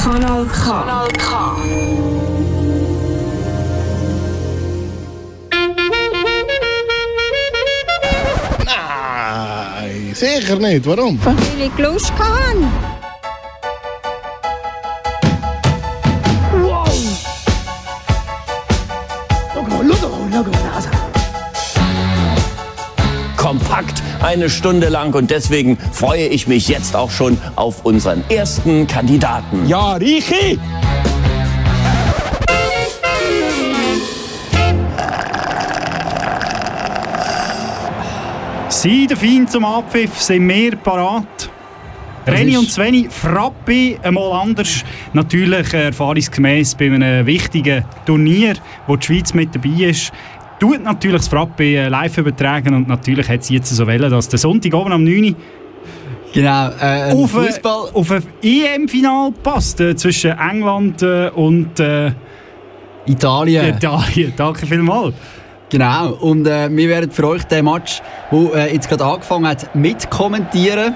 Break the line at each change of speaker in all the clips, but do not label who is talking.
Kanal K.
Nee, zeker niet. Waarom?
Will ich Lust haben.
kompakt eine Stunde lang und deswegen freue ich mich jetzt auch schon auf unseren ersten Kandidaten.
Ja, Richi!
Sei der Feind zum Abpfiff, sind wir parat. Reni
ist-
und Sveni, Frappi, einmal anders. Natürlich äh, erfahrungsgemäß bei einem wichtigen Turnier, wo die Schweiz mit dabei ist. Tut natürlich das Frappi äh, live übertragen und natürlich hat sie jetzt so wollen, dass der Sonntag oben am 9. Uhr
Genau, äh,
auf, ein-
Fußball.
auf ein EM-Final passt äh, zwischen England äh, und äh,
Italien.
Italien. Danke vielmals.
Genau, und äh, wir werden für euch den Match, der äh, jetzt gerade angefangen hat, mitkommentieren.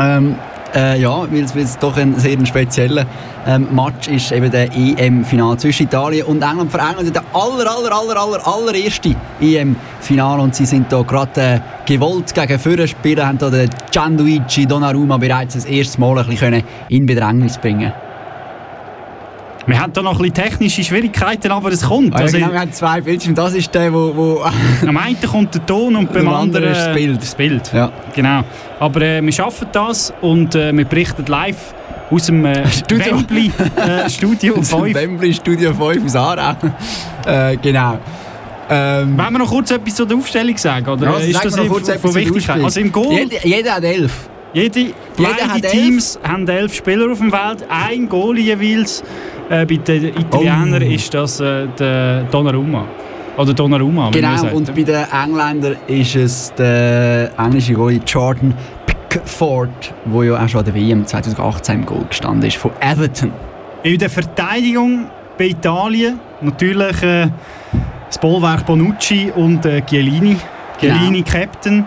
Ähm, äh, ja, weil es- weil es doch ein sehr ein spezieller ähm, Match ist, eben der EM-Final zwischen Italien und England. Für England ist der aller, aller, aller, aller, allererste EM-Final und sie sind da gerade äh, gewollt gegen Führer spielen, haben da den Gianluigi Donnarumma bereits das erste Mal ein bisschen können in Bedrängnis bringen
Wir haben da noch ein bisschen technische Schwierigkeiten, aber es kommt.
Also,
Also,
genau, wir haben zwei Bildschirme, das ist der, wo, wo
Am einen kommt der Ton und beim
Beim anderen
anderen
ist das Bild.
Das Bild.
Ja.
Genau. Aber äh, wir schaffen das und äh, wir berichten live aus dem äh,
Studio.
Wembley äh, Studio
Zum
5. Wenn
Wembley Studio 5 aus Aarau. äh, genau. Ähm,
wir noch kurz etwas zu der Aufstellung sagen, oder?
ja,
Äh,
sag
ist das
mal
von-
kurz etwas
von
zum Ausspiel.
Wichtigkeit? Also im Goal, jede,
Jeder, jeder hat elf.
beide
hat elf.
Teams haben elf Spieler auf dem Feld, ein Goal jeweils. Äh, bei den Italienern
Oh.
ist das äh, der Donnarumma. Oder Donnarumma, wie man
Genau,
sagt.
und bei den Engländern ist es der englische Goalie Jordan Pickford, der ja auch schon an der WM 2018 im Goal gestanden ist, von Everton.
In der Verteidigung bei Italien natürlich äh, das Bollwerk Bonucci und äh, Chiellini. Chiellini
Genau.
Captain.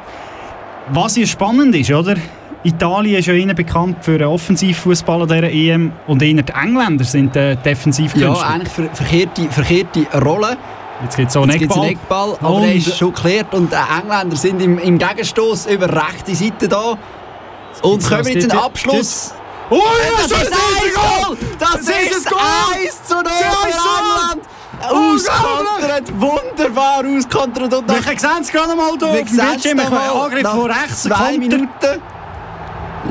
Was hier spannend ist, oder? Italien ist ja eher bekannt für den Offensivfußball an dieser EM und eher die Engländer sind äh,
Ja,
Defensivkünstler.
eigentlich ver verkehrte, verkehrte Rolle.
Jetzt gibt es auch einen
Jetzt gibt es einen
Eckball.
Eckball, aber
Und-
der ist schon geklärt und die Engländer sind im, im Gegenstoß über rechte Seite da. Und
gibt's
kommen
das-
jetzt einen
das-
Abschluss.
Oh,
Das ist ein Goal! Das ist
ist
ein
Goal!
1 zu 0
ist
für England! Auskontert, wunderbar auskontert und
Wir sehen es gerade mal hier auf dem Bildschirm. Ich meine, Angriff von rechts,
zwei
Konter.
Minuten.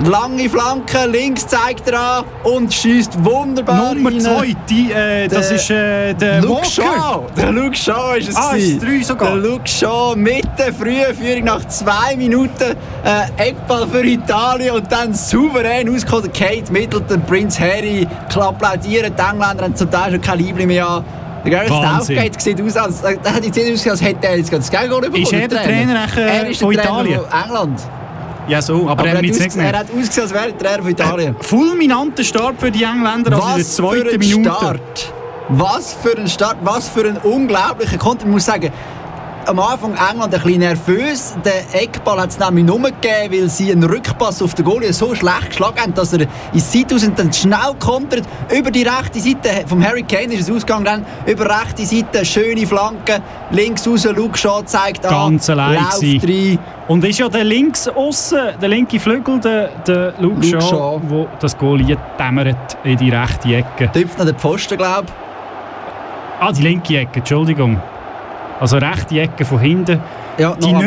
Lange Flanke, links zeigt er an und schießt eh, wunderbar
Nummer
rein.
2, die, äh, das
Der-
ist äh, der
Luke
Walker.
Shaw! Der Luke Shaw ist es.
Ah,
gewesen.
ist drei sogar.
Der Luke Shaw mit der frühen Führung nach zwei Minuten äh, Eckball für Italien und dann souverän ausgeholt. Kate Middleton, Prince Harry, applaudieren. Die Engländer haben zum Teil schon kein Liebling mehr an. Der Gareth
Wahnsinn.
Southgate sieht aus, als, äh, hat jetzt nicht ausgesehen, als hätte er jetzt gerade das Gegengoal bekommen.
Ist er der Trainer eigentlich, äh,
er ist
von
der Trainer
Italien?
von England.
Ja, so, aber,
Aber,
er
er,
hat Äh,
hat
mich jetzt nicht
ausgesehen,
gemerkt.
er hat ausgesehen, als wäre er Trainer von Italien.
Fulminanter Start für die Engländer, also in der
Was für
zweiten
ein
Minute.
Start! Was für ein Start, was für ein unglaublicher Konter. Ich muss sagen, am Anfang England ein bisschen nervös. Der Eckball hat es nämlich nur gegeben, weil sie einen Rückpass auf den Goalie so schlecht geschlagen haben, dass er ins Seite aus und dann schnell kontert. Über die rechte Seite vom Harry Kane ist es ausgegangen. Dann über rechte Seite, schöne Flanke. Links raus, Luke Shaw zeigt
Ganz
an.
allein
Läuft
gewesen.
rein.
Und ist ja der links aussen, der linke Flügel, der, der Luke,
Luke
Shaw,
Shaw.
wo das Goal dämmert in die rechte Ecke.
Tüpft an den Pfosten, glaube ich.
Ah, die linke Ecke, Entschuldigung. Also rechte Ecke von hinten.
Ja,
Die
noch am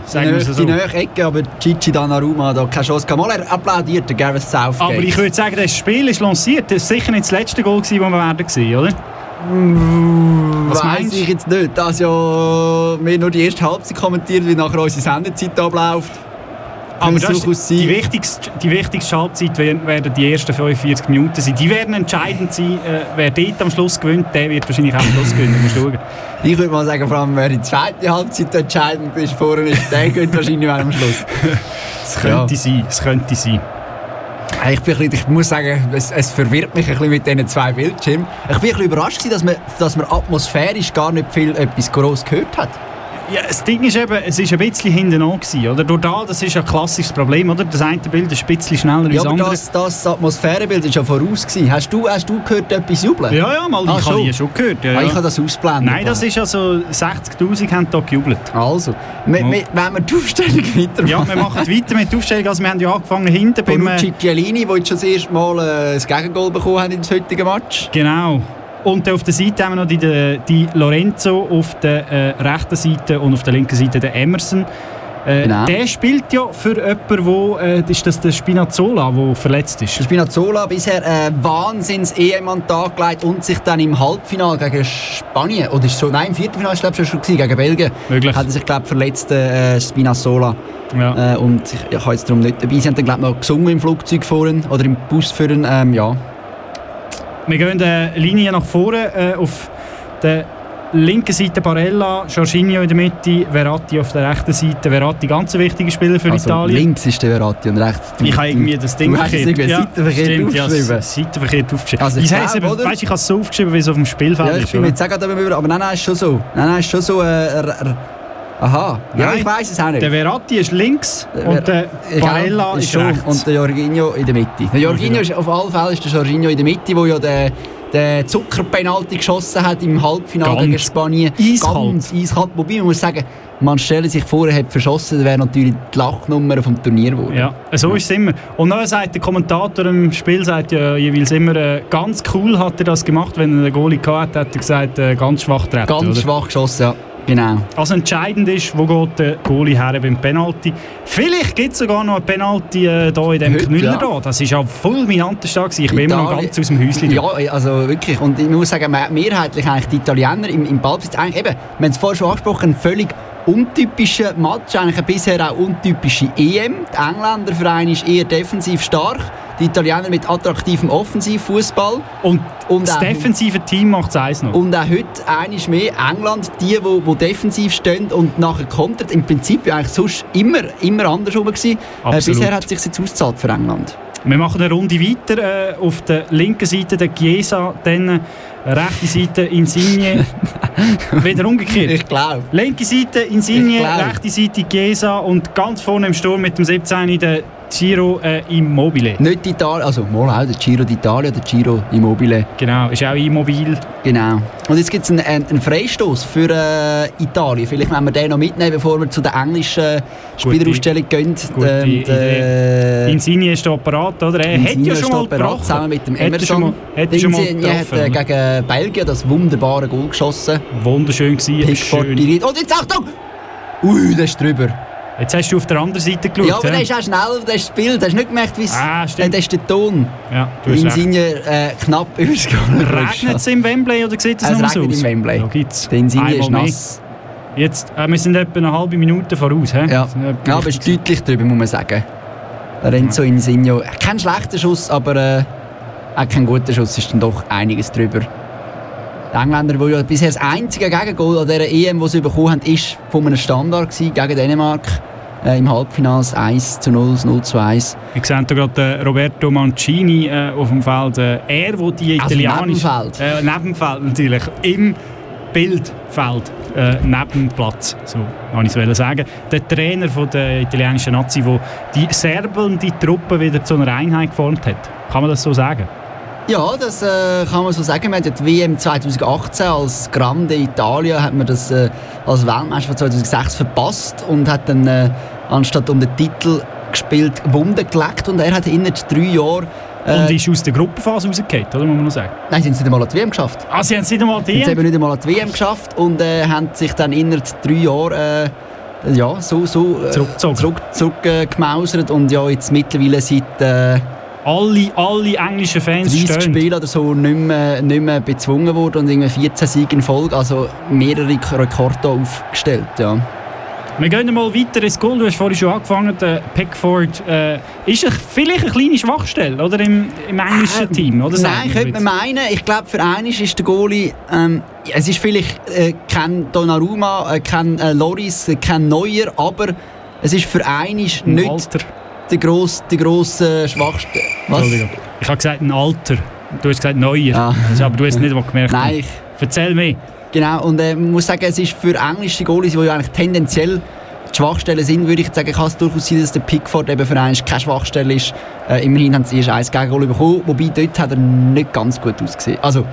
Pfosten.
sagen
die
wir es
Nöch-
so.
Die Nöchecke, aber Gigi Donnarumma hat da keine Chance gehabt. Mal, er applaudiert den Gareth Southgate.
Aber ich würde sagen, das Spiel ist lanciert. Das ist sicher nicht das letzte Goal, gewesen, das wir werden sehen, oder?
Was
meinst
meinst
du?
ich jetzt nicht, dass ja wir nur die erste Halbzeit kommentieren, wie nachher unsere Sendezeit abläuft.
Aber
Kann
das
durchaus
ist
sein.
die, wichtigste, die wichtigste Halbzeit werden werden die ersten 45 Minuten sein. Die werden entscheidend sein. Äh, wer dort am Schluss gewinnt, der wird wahrscheinlich auch am Schluss gewinnen. Musst du schauen.
Ich würde mal sagen, vor allem wer in der zweiten Halbzeit entscheidend ist, vorne ist, der geht wahrscheinlich auch am Schluss.
Es könnte sein. Es könnte sein.
Ich, bin ein bisschen, ich muss sagen, es, es verwirrt mich ein bisschen mit diesen zwei Bildschirmen. Ich bin ein bisschen überrascht, gewesen, dass man, dass man atmosphärisch gar nicht viel etwas gross gehört hat.
Ja, das Ding ist eben, es ist ein bisschen hinten an gewesen, oder? Durch das, das ist ein klassisches Problem, oder? Das eine Bild ist ein bisschen schneller als
Ja,
das
aber
andere.
das, das Atmosphärebild ist ja voraus. Gewesen. Hast, du, hast du gehört, etwas jubeln?
Ja, ja, mal,
Ah,
ich
schon.
habe die schon gehört. Ja,
Ah,
ja.
ich kann das ausblenden.
Nein, das ist also 60'000 haben da gejubelt.
Also, wir, wir, wenn wir die Aufstellung weitermachen.
Ja, wir machen weiter mit der Aufstellung. Also wir haben ja angefangen hinten beim... äh,
Bonucci Chiellini, der jetzt schon das erste Mal äh, das Gegengol bekommen hat in heutigen Match.
Genau. Und dann auf der Seite haben wir noch die, die, die Lorenzo, auf der äh, rechten Seite und auf der linken Seite der Emerson. Äh,
Genau.
Der spielt ja für jemanden, wo, äh, ist das der Spinazzola, der verletzt ist.
Spinazzola bisher äh, wahnsinns EM an den Tag gelegt und sich dann im Halbfinale gegen Spanien, oder ist so, nein, im Viertelfinale ist es schon gewesen, gegen Belgien,
Möglich.
hat er sich glaube verletzt, äh, Spinazzola.
Ja.
Äh, und ich, ich kann jetzt darum nicht dabei. Sie haben dann glaube noch gesungen im Flugzeug vorhin oder im Bus vorhin, ähm, ja.
Wir gehen die Linie nach vorne. Äh, auf der linken Seite Barella, Jorginho in der Mitte, Verratti auf der rechten Seite. Verratti, ganz ein wichtiger Spieler für
also
Italien.
links ist der Verratti und rechts
Ich habe irgendwie das Ding
Du hast es irgendwie seitenverkehrt
stimmt, ja,
aufgeschrieben.
seitenverkehrt aufgeschrieben.
Also ich
ich heisse
glaube,
eben,
oder?
weißt, du, ich habe es so aufgeschrieben, wie es auf dem Spielfeld
Ja,
ist.
ich bin
oder?
mir jetzt auch gerade eben über, aber nein, nein, ist schon so. Nein, nein, ist schon so, äh, r- r- aha. Ja,
Nein.
ich weiß es auch nicht.
Der Verratti ist links
Der
und der
Egal,
Barella ist,
schon.
rechts.
Und der Jorginho in der Mitte. Der Jorginho ist, auf alle Fälle ist der Jorginho in der Mitte, wo ja der, der Zuckerpenalty geschossen hat im Halbfinale
Ganz
gegen Spanien.
eiskalt.
Ganz eiskalt. Wobei man muss sagen, man stelle sich vor, er hat verschossen, das wäre natürlich die Lachnummer vom Turnier geworden.
ja, so ist es immer. Und dann sagt der Kommentator im Spiel sagt ja jeweils immer, äh, ganz cool hat er das gemacht, wenn er den Goalie gehabt hat, hat er gesagt, äh, ganz schwach treten.
Ganz
oder?
schwach geschossen, ja. Genau.
Also entscheidend ist, wo geht der Goalie her beim Penalty. Vielleicht gibt es sogar noch ein Penalty äh, da in dem
Heute,
Knüller
ja.
da. Das ist auch fulminant stark. gewesen. Ich bin immer noch
Italien-
ganz aus dem Häuschen.
Ja, also wirklich. Und ich muss sagen, me- mehrheitlich eigentlich die Italiener im, im Ballbesitz. Eigentlich eben, wir haben es vorher schon angesprochen, ein völlig untypischer Match, eigentlich eine bisher auch untypische E EM. Der Engländerverein ist eher defensiv stark, die Italiener mit attraktivem Offensivfußball.
Und,
Und
das
auch-
defensive Team macht es eins noch.
Und auch heute eines mehr England, die, wo, wo defensiv stehen und nachher kontert, im Prinzip ja eigentlich sonst immer, immer andersrum gewesen. Äh,
Absolut.
bisher hat es sich jetzt ausgezahlt für England.
Wir machen eine Runde weiter. Äh, auf der linken Seite der Chiesa, dann rechte Seite Insigne. Wieder umgekehrt.
Ich glaube.
Linke Seite
Ich
Insigne,
glaub.
rechte Seite Chiesa und ganz vorne im Sturm mit dem 17 der Ciro äh, Immobile.
Nicht Italien, also mal auch der Giro d'Italia, der Giro Immobile.
Genau, ist auch immobil.
Genau. Und jetzt gibt es einen, einen, einen Freistoß für äh, Italien. Vielleicht wenn wir den noch mitnehmen, bevor wir zu der englischen Spielerausstellung gehen. Ähm,
gute Idee.
der-
Insigne ist apparat, oder? Er hat ja
Insigne
schon
steht
mal
bereit, zusammen
getroffen.
mit dem
Hat er schon
Emerson.
mal- hat er schon mal
Insigne hat äh,
getroffen,
gegen Belgien das wunderbare Goal geschossen.
Wunderschön gewesen.
Pickford
Schön.
direkt. Und jetzt Achtung! Ui, der ist drüber.
Jetzt hast du auf der anderen Seite geschaut.
ja, aber
hä?
der ist auch schnell, der ist das Bild, der ist nicht gemerkt, wie es...
Ah, stimmt.
das ist der Ton.
ja, du hast recht.
Insigne äh, knapp übers Goal.
Regnet es im Wembley oder sieht es
Es
nur so
regnet
aus?
im Wembley.
Da gibt's
Der Insigne ist
einmal mehr.
nass.
Jetzt, äh, wir sind etwa eine halbe Minute voraus. He?
Ja,
Sind etwa
ja aber es ist deutlich drüber, muss man sagen. Renzo Insigno. Kein schlechter Schuss, aber äh, auch kein guter Schuss ist dann doch einiges drüber. Die Engländer, die ja bisher das einzige Gegengol an dieser EM, die sie bekommen haben, ist von einem Standard gewesen, gegen Dänemark. Äh, Im Halbfinale das 1 zu 0, das 0 zu 1.
Wir sehen hier gerade äh, Roberto Mancini äh, auf dem Feld. Äh, er, wo die
Also
italienische...
neben dem Feld.
Äh, neben dem Feld natürlich. Im Bildfeld. Äh, neben dem Platz. So kann ich es sagen. Der Trainer von der italienischen Nazi, der die serbelnde Truppe wieder zu einer Einheit geformt hat. Kann man das so sagen?
Ja, das äh, kann man so sagen. Wir hatten ja die WM 2018 als Grande Italia hat man das äh, als Weltmeister von 2006 verpasst und hat dann äh, anstatt um den Titel gespielt Wunden gelegt und er hat innerhalb drei Jahren
Und
äh,
ist aus der Gruppenphase rausgefallen, oder? Muss man noch sagen.
nein, sind sie nicht einmal an die WM geschafft.
Ah, sie haben es nicht einmal
Sind sie
die.
eben nicht einmal an die WM geschafft und äh, haben sich dann innerhalb drei Jahren äh, ja, so, so äh,
Zurückgezogen.
zurück, zurück, äh, gemausert und ja, jetzt mittlerweile seit äh,
Alle, alle englischen Fans
30
stehen.
Spiele oder so nicht mehr, nicht mehr bezwungen wurde und irgendwie 14 Siege in Folge, also mehrere K- Rekorde aufgestellt. Ja.
Wir gehen mal weiter ins Goal. Du hast vorhin schon angefangen. Der Pickford äh, ist ein, vielleicht eine kleine Schwachstelle oder? Im, im englischen Team. Oder?
Äh, Nein,
Sagen wir
könnte man
jetzt.
meinen, ich glaube für einen ist der Goalie, ähm, ja, es ist vielleicht äh, kein Donnarumma, äh, kein äh, Loris, äh, kein Neuer, aber es ist für einen nicht
Ein Alter.
die grosse, die grosse Schwachstelle. Was?
Entschuldigung. Ich habe gesagt, ein Alter. Du hast gesagt, neuer.
Ah.
Also, aber du hast es nicht mal gemerkt.
Nein, ich,
Erzähl mir.
Genau, und äh, ich muss sagen, es ist für englische Goalies, die ja eigentlich tendenziell die Schwachstellen sind, würde ich jetzt sagen, kann es durchaus sein, dass der Pickford eben für einen keine Schwachstelle ist. Äh, immerhin haben sie erst eins Gegengol bekommen, wobei dort hat er nicht ganz gut ausgesehen. Also,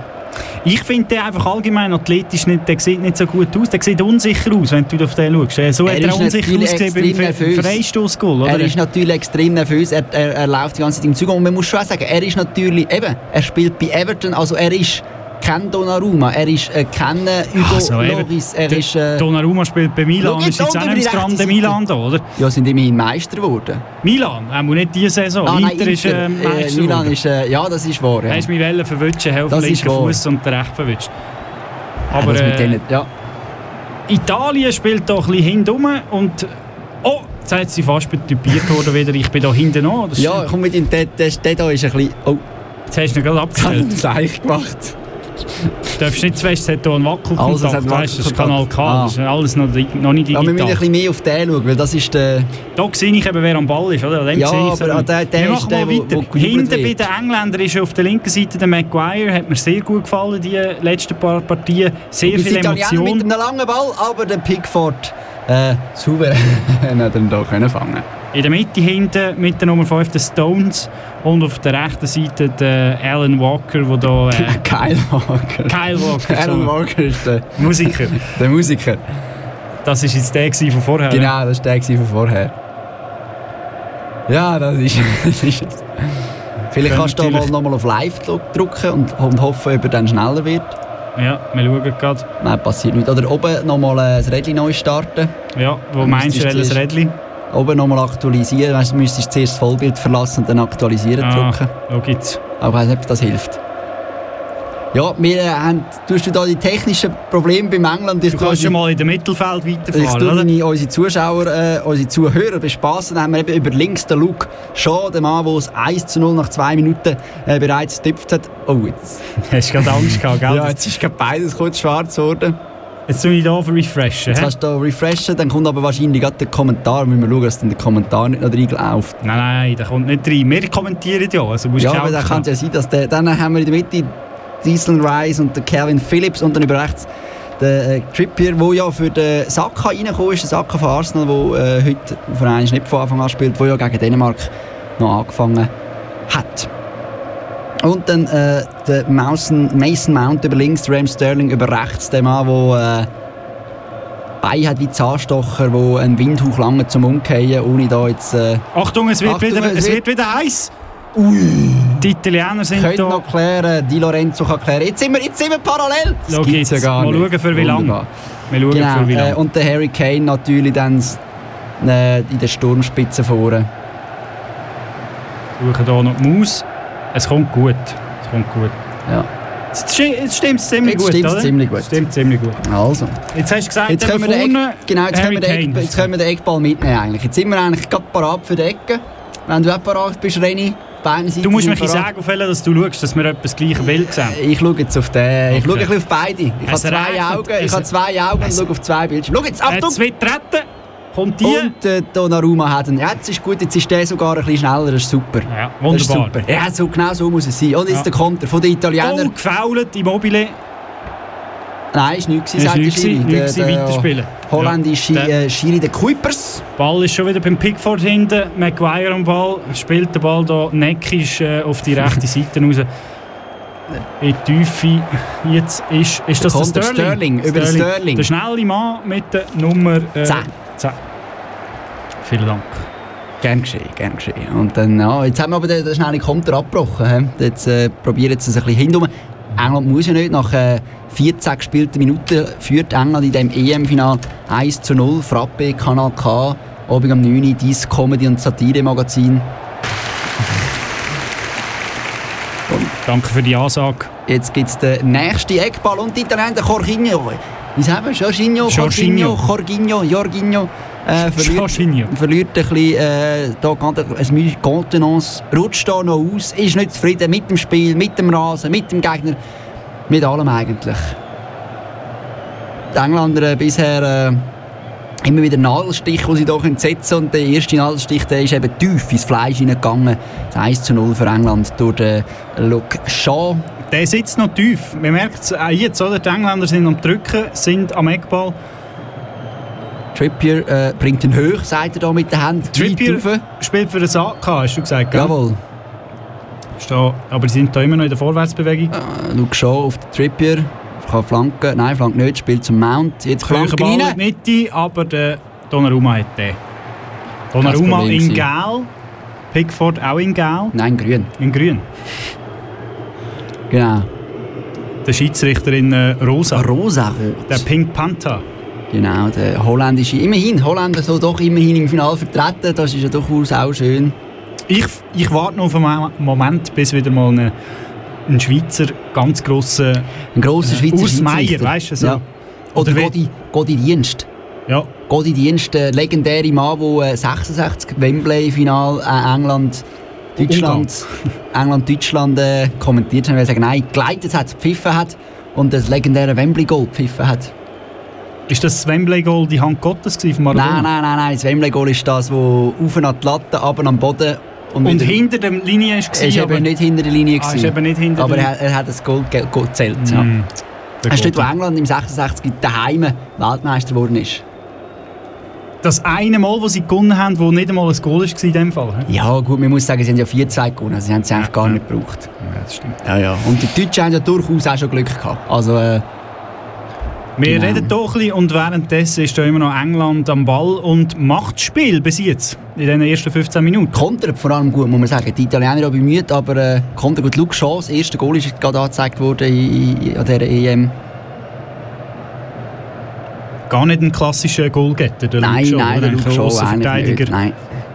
Ich finde den einfach allgemein athletisch nicht, der sieht nicht so gut aus. Der sieht unsicher aus, wenn du auf den schaust. Äh, So
Er
hat er
ist
unsicher
natürlich
ausgesehen
extrem
beim Fre-
nervös.
Freistoßgoal, oder?
er ist natürlich extrem nervös, er, er, er läuft die ganze Zeit im Zug und man muss schon auch sagen, er ist natürlich, eben, er spielt bei Everton, also er ist kein Donnarumma, er ist äh, kein äh, Hugo
so, eben.
Loris, er
Also, Der
ist... Äh,
Donnarumma spielt bei Milan,
Schau jetzt
ist jetzt
unten
auch
über
nicht
die
dran
rechte
der Milan da, oder?
ja, sind immerhin Meister geworden.
Milan, er muss nicht diese Saison.
Ah, nein,
Inter, ist
Inter.
äh, Meister
äh, Milan
geworden.
ist, äh, ja, das ist wahr. Ja.
Er ist mich Wellen verwünschen, Hälfte
Das ist
linken
wahr.
Fuß und der rechte verwünscht.
Ja,
Aber
das mit
äh,
denen, ja.
Italien spielt da ein bisschen hindum und. Oh, jetzt hat sie fast betypiert worden wieder. Ich bin da hinten an. Das-
ja, komm mit dem, der, der, der da ist ein bisschen... Oh,
Jetzt hast du ihn gerade
das hat
abgestellt.
einen Seich gemacht.
Du darfst nicht zu fest, es hat hier einen Wackelkontakt.
Also, es hat einen
Weißt du, das ist Kanal
Wackelkontakt. Ah.
K, das ist alles noch, di- noch nicht
Ja, wir müssen ein
digital.
bisschen mehr auf den schauen, weil das ist der...
da sehe ich eben, wer am Ball ist. Oder? An dem
Ja,
sehe ich's
aber
auch.
an der- der
Wir
ist
machen mal
der, wo-
weiter.
wo gejubelt
Hinten bei
wird.
den Engländern ist auf der linken Seite der Maguire. Hat mir sehr gut gefallen, die letzten paar Partien. Sehr
Die
viel
Italiener mit
Emotion.
einem langen Ball, aber der Pickford äh, souverän hat ihn da können fangen.
In der Mitte hinten mit der Nummer 5 der Stones und auf der rechten Seite der eh, Alan Walker, wo da äh,
Kyle Walker.
Kyle Walker,
Alan
so,
Walker ist der,
Musiker.
der Musiker.
Das ist jetzt der gewesen von vorher.
Genau, das war der gewesen von vorher. Ja, das ist, das ist es. Vielleicht kannst du da mal
natürlich-
nochmal auf Live dr- drücken und, und hoffen, ob er dann schneller wird.
Ja, wir schauen gerade.
Nein, passiert nicht. Oder oben nochmal äh, das Rädchen neu starten.
Ja, wo
Dann
meinst
müsstest
du,
du
Elles
zuerst-
Redli?
Oben nochmal aktualisieren. Weißt, du müsstest zuerst das Vollbild verlassen und dann aktualisieren
Ah,
drücken.
schau jetzt.
Aber ich weiss nicht, ob das hilft. Ja, wir äh, haben, tust du da die technischen Probleme beim England? Ich
Du
tue
kannst
die-
schon mal in dem Mittelfeld
ich
weiterfahren,
tue
oder?
meine, unsere Zuschauer, äh, unsere Zuhörer bespassen. Dann haben wir eben über links den Luke Shaw, den Mann, der es 1 zu 0 nach 2 Minuten äh, bereits getüpft hat. Oh, jetzt,
Hast gerade Angst gehabt, gell?
ja, jetzt ist gerade beides kurz schwarz geworden.
Jetzt tue ich hier refreshen.
Jetzt
hä?
kannst du da refreshen, dann kommt aber wahrscheinlich gerade der Kommentar. Müssen wir schauen, dass dann der Kommentar nicht noch reinläuft.
Nein, nein, der kommt nicht rein. Wir kommentieren ja, also musst
Ja,
du
aber
auch-
dann kann es ja sein, dass der, dann haben wir in der Mitte Diesel Rice und der Kevin Phillips und dann über rechts der äh, Trippier, der ja für den Saka reingekommen ist, der Saka von Arsenal, der äh, heute für einen nicht von Anfang an spielt, der ja gegen Dänemark noch angefangen hat. Und dann äh, der Mason, Mason Mount über links, Ram Sterling über rechts, der Mann, der äh, Bein hat wie Zahnstocher, der einen Windhauch lange zum Umkehren, ohne da jetzt... Äh,
Achtung, es wird,
Achtung,
wieder,
es
es
wird-
wird wieder heiß. Die Italiener sind
Könnt
da.
noch klären, Di Lorenzo kann klären. Jetzt sind wir, jetzt sind wir parallel. Das
Schau
gibt's
jetzt. Mal schauen, für wie lang.
Wunderbar.
Wir schauen, für wie
Genau.
lange.
Äh, und der Harry Kane natürlich dann s- äh, in der Sturmspitze vorne.
suchen hier noch die Maus. Es kommt gut. Es kommt gut.
Ja.
Jetzt sti- Jetzt stimmt es ziemlich
Jetzt
gut,
stimmt's
oder?
ziemlich gut.
Jetzt Stimmt's ziemlich gut.
Also.
Jetzt hast du gesagt,
Jetzt
eben
können wir den,
vorne
Eck, genau, jetzt können
Harry
wir den, Eck,
Kane.
jetzt können wir den Eckball mitnehmen eigentlich. Jetzt sind wir eigentlich gerade parat für die Ecke. Wenn du auch parat bist, Reni, beide Seiten
Du musst
sind
mich
parat.
sagen, auf welchen dass du schaust, dass wir etwa das gleiche Bild sehen.
Ich schaue jetzt auf den. Ich
Okay.
schaue ein bisschen auf beide. Ich habe
Es
zwei
regnet.
Augen. Ich
Es-
habe zwei Augen und
es-
schaue auf zwei Bildschirme. Schau jetzt, Achtung!
Jetzt wird retten. Äh, Kommt die?
Und äh, Donnarumma hat ihn. Ja, Jetzt ist gut, jetzt ist der sogar ein bisschen schneller. Das ist super.
Ja,
Das ist
wunderbar.
super. Ja, so, genau so muss es sein. Und jetzt
Ja.
der Konter von den Italienern.
Oh, gefault, Immobile.
Nein, ist nichts,
Ist
sagt der
nichts,
Schiri.
nichts, weiterspielen.
holländische
Ja, der-
äh, Schiri, der Kuipers.
Ball ist schon wieder beim Pickford hinten. Maguire am Ball. Spielt den Ball hier neckisch äh, auf die rechte Seite raus. In die Tiefe. Jetzt ist, ist das der
kommt der
Sterling?
Sterling, über den Sterling.
Der schnelle Mann mit der Nummer äh,
Zehn.
10. Vielen Dank.
Gern geschehen, gern geschehen. Und dann, ja, jetzt haben wir aber den, den schnellen Konter abgebrochen. hä? Jetzt äh, probieren sie es ein bisschen hinten. England muss ja nicht. Nach äh, 14 gespielten Minuten führt England in dem EM-Final 1 zu 0. Frappe, Kanal K, oben am 9 Uhr, Dies Comedy und Satire-Magazin.
Danke für die Ansage.
Jetzt gibt es den nächsten Eckball und die Italiener Jorginho. Wie sagen wir? Jorginho, Jorginho,
Jorginho.
Jorginho, Jorginho. Äh, verliert,
Jorginho.
verliert ein bisschen, äh, da geht er- ein Mühe Kontenance, rutscht da noch aus, ist nicht zufrieden mit dem Spiel, mit dem Rasen, mit dem Gegner, mit allem eigentlich. Die Engländer äh, bisher äh, immer wieder Nadelstich, die sie da können setzen können. Und der erste Nadelstich der ist eben tief ins Fleisch hineingegangen. Das 1 zu 0 für England durch den äh, Luke Shaw.
Der sitzt noch tief. Man merkt es auch jetzt, oder? Die Engländer sind am Drücken, sind am Eckball.
Trippier äh, bringt ihn hoch, sagt er da mit der Hand.
Trippier
Weit rauf.
spielt für den AK, hast du gesagt, gell?
Jawohl.
Ist da- Aber sie sind da immer noch in der Vorwärtsbewegung.
Äh, Luke Shaw auf den Trippier. Kann flanken. Nein, flankt nicht. Spielt zum Mount. Jetzt
Flanke
flanken
Ball in die
rein.
Mitte, aber der Donnarumma hat den. Donnarumma
Problem
in
gewesen.
Gel, Pickford auch in Gel,
Nein, grün.
in Grün.
Genau.
Der Schiedsrichter in äh, Rosa, der
Rosa-Rot.
Pink Panther.
Genau, der holländische. Immerhin, Holländer so doch immerhin im Finale vertreten. Das ist ja durchaus auch schön.
Ich, ich warte noch auf einen Mo- Moment, bis wieder mal eine, ein Schweizer ganz grosser
Ein grosser Schweizer
Urs Meier,
Schiedsrichter.
weisst du, so.
Ja. Oder,
Oder wie-
Godi, Godi Dienst.
ja,
Godi Dienst, der legendäre Mann, der äh, 66 Wembley-Final äh, England, Deutschland, England, Deutschland äh, kommentiert hat, weil er sagt, nein, geleitet hat, gepfiffen hat und das legendäre Wembley-Goal gepfiffen hat.
Ist das Wembley-Goal die Hand Gottes gewesen von Maradona?
Nein, nein, nein, nein, das Wembley-Goal ist das, wo auf an die Latte, runter am Boden und,
Und
wieder-
hinter der Linie war
Er ist eben nicht hinter der Linie.
Ah, ist
gewesen.
eben nicht hinter
aber
der
er, er hat das Goal ge- Goal gezählt. Ja.
Mm, der
Er steht, wo
Goal.
England im 66 daheim Weltmeister geworden ist.
Das eine Mal, das sie gewonnen haben, wo nicht einmal ein Goal war in dem Fall. hä?
Ja gut, man muss sagen, sie haben ja 4-2 gewonnen, also sie haben es eigentlich gar
ja.
nicht gebraucht.
Ja, das stimmt.
Ja, ja. Und die Deutschen haben ja durchaus auch schon Glück gehabt. Also, äh,
Wir
Genau.
reden doch ein bisschen und währenddessen ist da immer noch England am Ball und macht das Spiel bis jetzt, in den ersten 15 Minuten.
kontert vor allem gut, muss man sagen. Die Italiener haben bemüht, aber äh, kontert gut. Luke Shaw, das erste Goal ist gerade angezeigt worden in, in, an dieser E EM.
Gar nicht ein klassischer Goalgetter, der
nein,
Luke Shaw.
nein, der
Ein
Luke Shaw
grosser
eigentlich
Verteidiger,
nicht. Nein.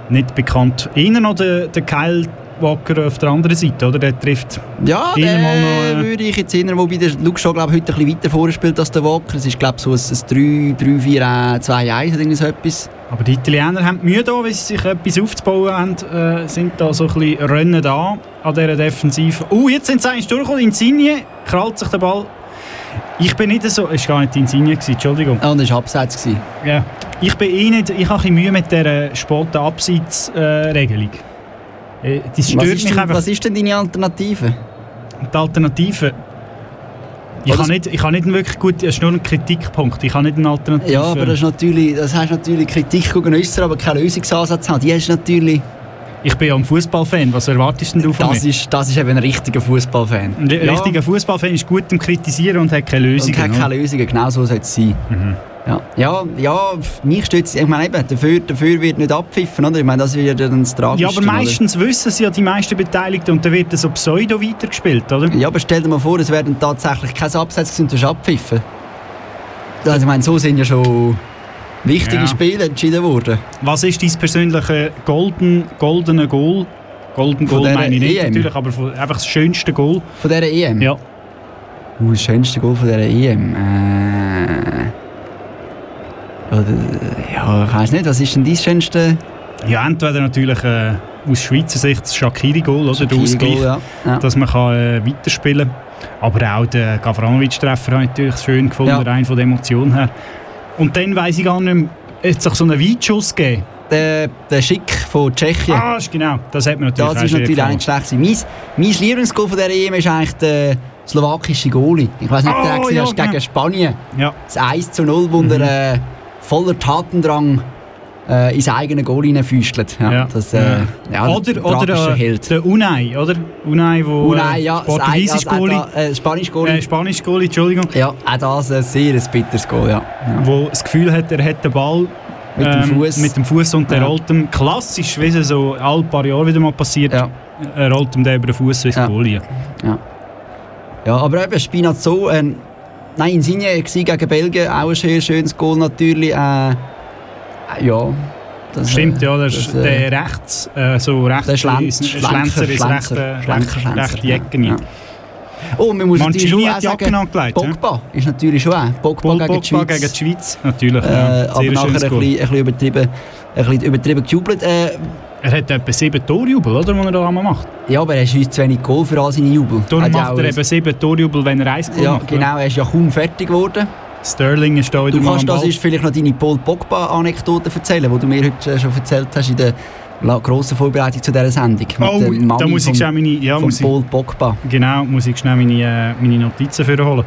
nicht bekannt. Einer noch der, der Kyle Walker auf der anderen Seite, oder? Der trifft
Ja,
Ihnen mal
den
noch, äh,
würde ich jetzt erinnern, wobei der Luke Shaw glaub, ich, heute ein bisschen weiter vorspielt als der Walker. Es ist glaube ich so ein, ein 3, 3, 4, äh, 2, 1 oder irgend so etwas.
Aber die Italiener haben Mühe da, weil sie sich etwas aufzubauen haben, äh, sind da so ein bisschen Rennen da an dieser Defensive. Oh, jetzt sind sie eigentlich durchgekommen. Insigne krallt sich den Ball. Ich bin nicht so... Es war gar nicht Insigne, gewesen, Entschuldigung.
Ah, und das war abseits. Gewesen.
Ja. Ich bin eh nicht... Ich habe ein bisschen Mühe mit dieser späten Abseitsregelung. Äh, das
Was,
stört
ist
mich
denn,
einfach.
was ist denn deine Alternative?
Die Alternative... Ich
Aber
habe, nicht, ich habe nicht einen wirklich gut, es ist nur ein Kritikpunkt. Ich habe nicht eine Alternative.
Ja, aber das, ist natürlich, das hast natürlich Kritik gegen uns, aber keinen Lösungsansatz haben. Die ist natürlich...
ich bin ja ein Fußballfan. Was erwartest denn du von mir?
Das ist, das ist eben ein richtiger Fußballfan.
Ein ri- richtiger Fußballfan ist gut im Kritisieren und hat keine Lösung.
Und hat keine Lösungen, genau so sollte es sein.
Mhm.
Ja, ja, ja pf, mich stützt Ich meine eben, dafür, dafür wird nicht abpfiffen, oder? Ich meine, das wird ja dann das Tragischste.
ja, aber
oder?
meistens wissen es ja die meisten Beteiligten und dann wird das so pseudo weitergespielt, oder?
Ja, aber stell dir mal vor, es werden tatsächlich kein Abseits gewesen und du hast abpfiffen. Also ich meine, so sind ja schon wichtige
Ja.
Spiele entschieden worden.
Was ist dein persönliche golden, goldene Goal? Golden
Von
Goal
dieser
meine ich nicht
EM? Hm.
natürlich, aber von- einfach das schönste Goal.
Von dieser EM?
Ja.
Uh, das schönste Goal von dieser EM? Äh... Oder, ja, ich weiss nicht, was ist denn dein schönste
ja, entweder natürlich äh, aus Schweizer Sicht das Shakiri-Goal, oder? Der Ausgleich,
Goal, ja. Ja.
dass man kann, äh, weiterspielen kann. Aber auch den Gavranovic-Treffer habe ich natürlich schön gefunden,
Ja.
rein von der Emotion her. Und dann weiss ich gar nicht mehr, hat es doch so einen Weitschuss gegeben?
Der, der Schick von Tschechien.
Ah, ist genau. Das hat man natürlich
Das ist natürlich auch nicht schlecht. gewesen. Mein, mein Lieblingsgoal von dieser EM ist eigentlich der slowakische Goalie. Ich weiß nicht, ob du den
Oh,
gesehen
ja,
hast,
genau. Mhm.
gegen Spanien.
Ja,
Das 1 zu 0, wo er äh, voller Tatendrang äh, ins eigene Goal hineinfüstelt. Ja,
Ja.
Das, äh,
Ja.
ja,
oder,
ein
oder
tragischer
äh,
Held.
der Unai, oder? Unai, wo
Und nein, ja,
äh,
das ein-
portugiesisch
das ein-
Goalie,
Äh, Spanisch Goalie.
äh, spanisch Goalie, Entschuldigung,
ja, auch das ein sehr ein bitteres Goal, ja. ja.
wo das Gefühl hat, er hat den Ball ähm,
Mit dem Fuß.
mit dem Fuß und der
Ja.
rollt ihm klassisch, wie es so alle paar Jahre wieder mal passiert,
Ja.
er rollt ihm den über den Fuß ins
Ja.
Goalie.
Ja, aber eben Spinazzo, äh, nein, Insigne war gegen Belgien auch ein sehr schönes Goal natürlich. Äh, ja. Das, äh,
Stimmt, ja, der,
das,
der rechts, äh, so rechts,
der Schlen-
ist-
Schlenzer,
Schlenzer ist
Schlenzer,
recht, äh,
Schlenzer,
recht, recht die
ja,
Ecke rein.
ja. Oh, man muss natürlich
Mancini
schon
hat
auch
die Jacken
sagen,
angelegt. ja?
Pogba ist natürlich schon auch. Pogba,
Paul
gegen die
Pogba
Schweiz.
gegen die Schweiz, natürlich.
äh,
ja. Sehr
aber nachher
ein
ein
schönes
bisschen, ein
Goal.
bisschen übertrieben, ein bisschen übertrieben gejubelt. Äh,
Er hat etwa sieben Torjubel, oder, die er da einmal macht.
ja, aber er schießt zu wenig Goal für all seine Jubel.
Darum
Hat ja
macht
auch
er
ein-
eben sieben Torjubel, wenn er eins Goal
Ja,
macht.
genau, er ist ja kaum fertig geworden.
oder? Sterling ist da wieder
Du
mal am
kannst das
Ball.
ist vielleicht noch deine Paul Pogba Anekdote erzählen, die du mir heute äh, schon erzählt hast in der la- grossen Vorbereitung zu dieser Sendung.
Oh,
mit dem Mann
da muss ich schnell
vom,
meine, ja,
vom
muss ich,
Paul Pogba.
genau, muss ich schnell meine, äh, meine Notizen vorholen.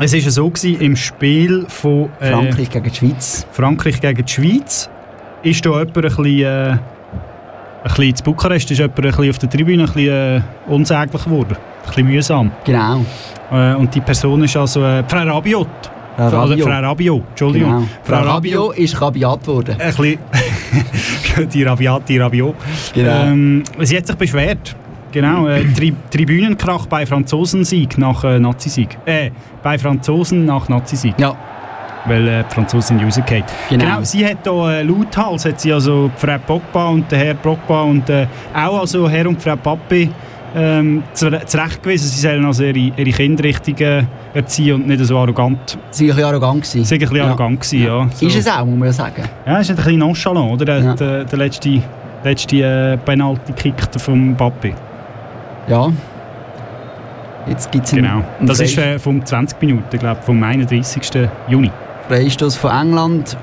Es war ja so, gewesen, im Spiel von äh,
Frankreich gegen die Schweiz.
Frankreich gegen die Schweiz ist da jemand ein bisschen, äh, ein bisschen zu Bukarest, ist jemand ein bisschen auf der Tribüne ein bisschen äh, unsäglich geworden. Ein bisschen mühsam.
Genau.
Äh, und die Person ist also äh, Frau Rabiot.
Äh,
Oder
Rabiot.
Frau Rabiot, Entschuldigung.
Genau.
Frau
Frau
Rabiot.
Rabio ist rabiat worden.
Ein bisschen die Rabiat, die Rabiot.
Genau.
Ähm, sie hat sich beschwert. Genau, äh, Tri Tribünenkrach bei Franzosensieg nach äh, Nazisieg. Äh, bei Franzosen nach Nazisieg,
Ja,
weil äh, die Franzosen sind rausgefallen.
Genau.
genau, sie hat da äh, lauthals, hat sie also Frau Pogba und der Herr Pogba und äh, auch also Herr und Frau Papi ähm, zure- zurechtgewiesen. Sie sollen also ihre, ihre Kinder richtig äh, erziehen und nicht so arrogant.
sie war ein bisschen arrogant. gewesen.
Sie waren ein bisschen
Ja.
arrogant, gewesen, ja. So.
Ist es auch, muss man ja sagen.
Ja, ist ein bisschen nonchalant, oder? Der,
Ja.
der, der letzte, letzte äh, Penalty-Kick vom Papi.
Ja. Jetzt gibt es
Genau.
einen
Das ist
Frei-
äh, vom 20 Minuten, glaube vom 31. Juni.
Freistoß von England.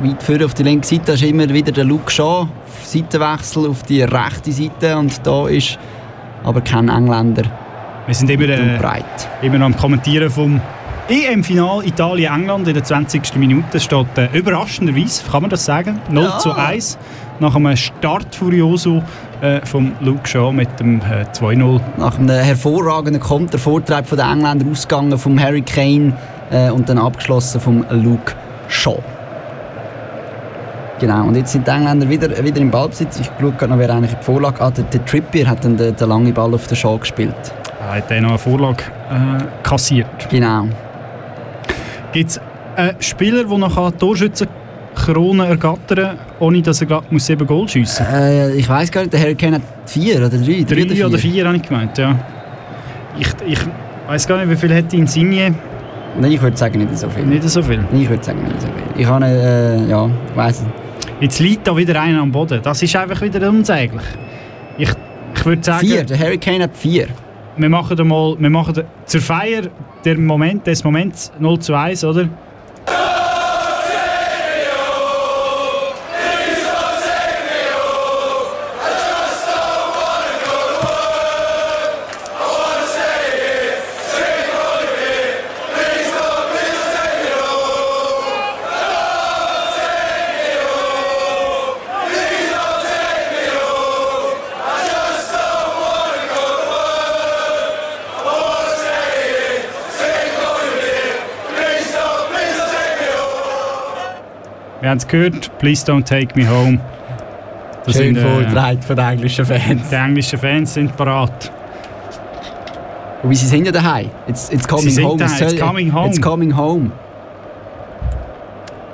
Weit vorne auf die linke Seite ist immer wieder der Luke Shaw. Seitenwechsel auf die rechte Seite. Und da ist aber kein Engländer.
Wir sind immer,
Und
äh,
breit.
immer noch am Kommentieren vom EM-Final Italien-England in der 20. Minute. steht äh, überraschenderweise, kann man das sagen, 0
Ja.
zu 1 nach einem Start-Furioso äh, von Luke Shaw mit dem äh, 2-0.
Nach einem hervorragenden Konter, Vortreib von den Engländern ausgegangen vom Harry Kane äh, und dann abgeschlossen vom Luke Shaw. Genau, und jetzt sind die Engländer wieder, wieder im Ballbesitz. Ich schaue gerade noch, wer eigentlich in die Vorlage Ah, der, der Trippier hat dann den, den langen Ball auf den Shaw gespielt.
Er hat dann noch eine Vorlage äh, kassiert.
Genau.
Gibt es einen Spieler, der noch Torschützenkrone ergattern kann, ohne dass er gerade muss sieben Goal schiessen muss?
Äh, ich weiß gar nicht, der Harry Kane hat vier oder drei?
Drei oder vier, habe ich gemeint, ja. Ich, ich weiß gar nicht, wie viel hat Insigne?
Nein, ich würde sagen, nicht so viel.
Nicht so viel.
Nein, ich würde sagen, nicht so viel. Ich habe, äh, ja, ich weiss nicht.
Jetzt liegt da wieder einer am Boden. Das ist einfach wieder unsäglich. Ich, ich würde sagen,
Vier, der Harry Kane hat vier.
wir machen da mal, wir machen da, zur Feier der Moment, des Moments 0 zu 1, oder? Wir haben es gehört, Please Don't Take Me Home. Das sind, äh,
vorgetragen von den englischen Fans.
die englischen Fans sind parat.
Wobei sie sind ja daheim. It's, it's coming
sind
home.
daheim.
Es
It's coming home.
It's coming home.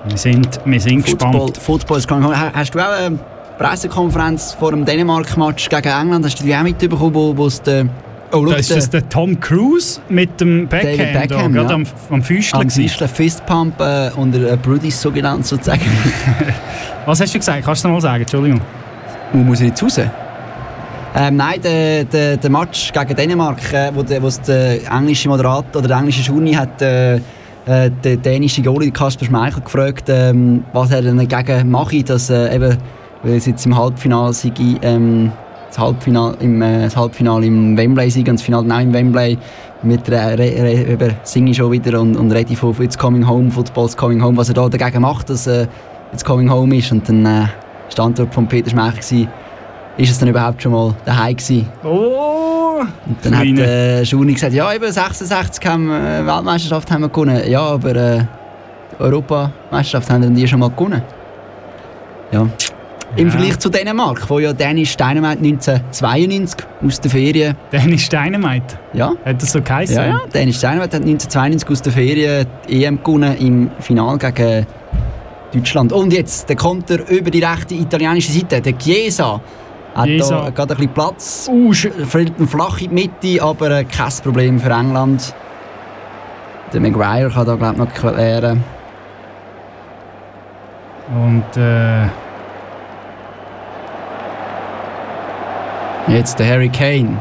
Wir sind, wir sind
Football,
gespannt.
Football is coming home. Ha- Hast du auch eine Pressekonferenz vor dem Dänemark-Match gegen England? Hast du die auch mitbekommen, wo, wo es der... Oh,
Da
schau,
ist das
der
der Tom Cruise mit dem Beckham,
David
da,
Beckham,
gerade
ja.
am, am Füßchen.
am
gewesen.
Fistler Fistpump äh, unter äh, Brudis so genannt sozusagen.
Was hast du gesagt? Kannst du noch mal sagen? Entschuldigung.
Wo muss ich jetzt raus? Ähm, nein, der, der, der Match gegen Dänemark, äh, wo, der, wo es der englische Moderator oder der englische Journey hat äh, äh, den dänischen Goalie Kasper Schmeichel gefragt, ähm, was er denn dagegen mache, dass äh, eben, weil es jetzt im Halbfinale sei, ähm, das Halbfinale im, äh, das Halbfinale im Wembley sei und das Finale dann auch im Wembley. Mit re, re, re, über singe ich schon wieder und, und rede von «It's coming home», «Football's coming home», was er da dagegen macht, dass äh, «It's coming home» ist und dann... Äh, ist die Antwort von Peter Schmeichel gewesen, ist es dann überhaupt schon mal daheim gewesen?
Oh!
Und dann
Kleine.
hat äh, Schuni gesagt, ja eben 66 haben wir, äh, Weltmeisterschaft haben wir gewonnen. Ja, aber äh, die Europameisterschaft haben wir dann die schon mal gewonnen. Ja. Im Vergleich zu Dänemark, wo ja Dänisch Dynamite 1992 aus der Ferien,
Dennis Steinemeit.
ja,
Hat das so geheißen?
ja, ja, Dänisch Dynamite hat 1992 aus der Ferien die EM gewonnen im Final gegen Deutschland. Und jetzt der Konter über die rechte italienische Seite, der Chiesa. Hat
Chiesa.
da gerade ein bisschen Platz.
Uh, sch-
Fällt ihn flach in die Mitte, aber äh, kein Problem für England. Der Maguire kann da glaube ich noch klären.
Und äh,
Jetzt der Harry Kane.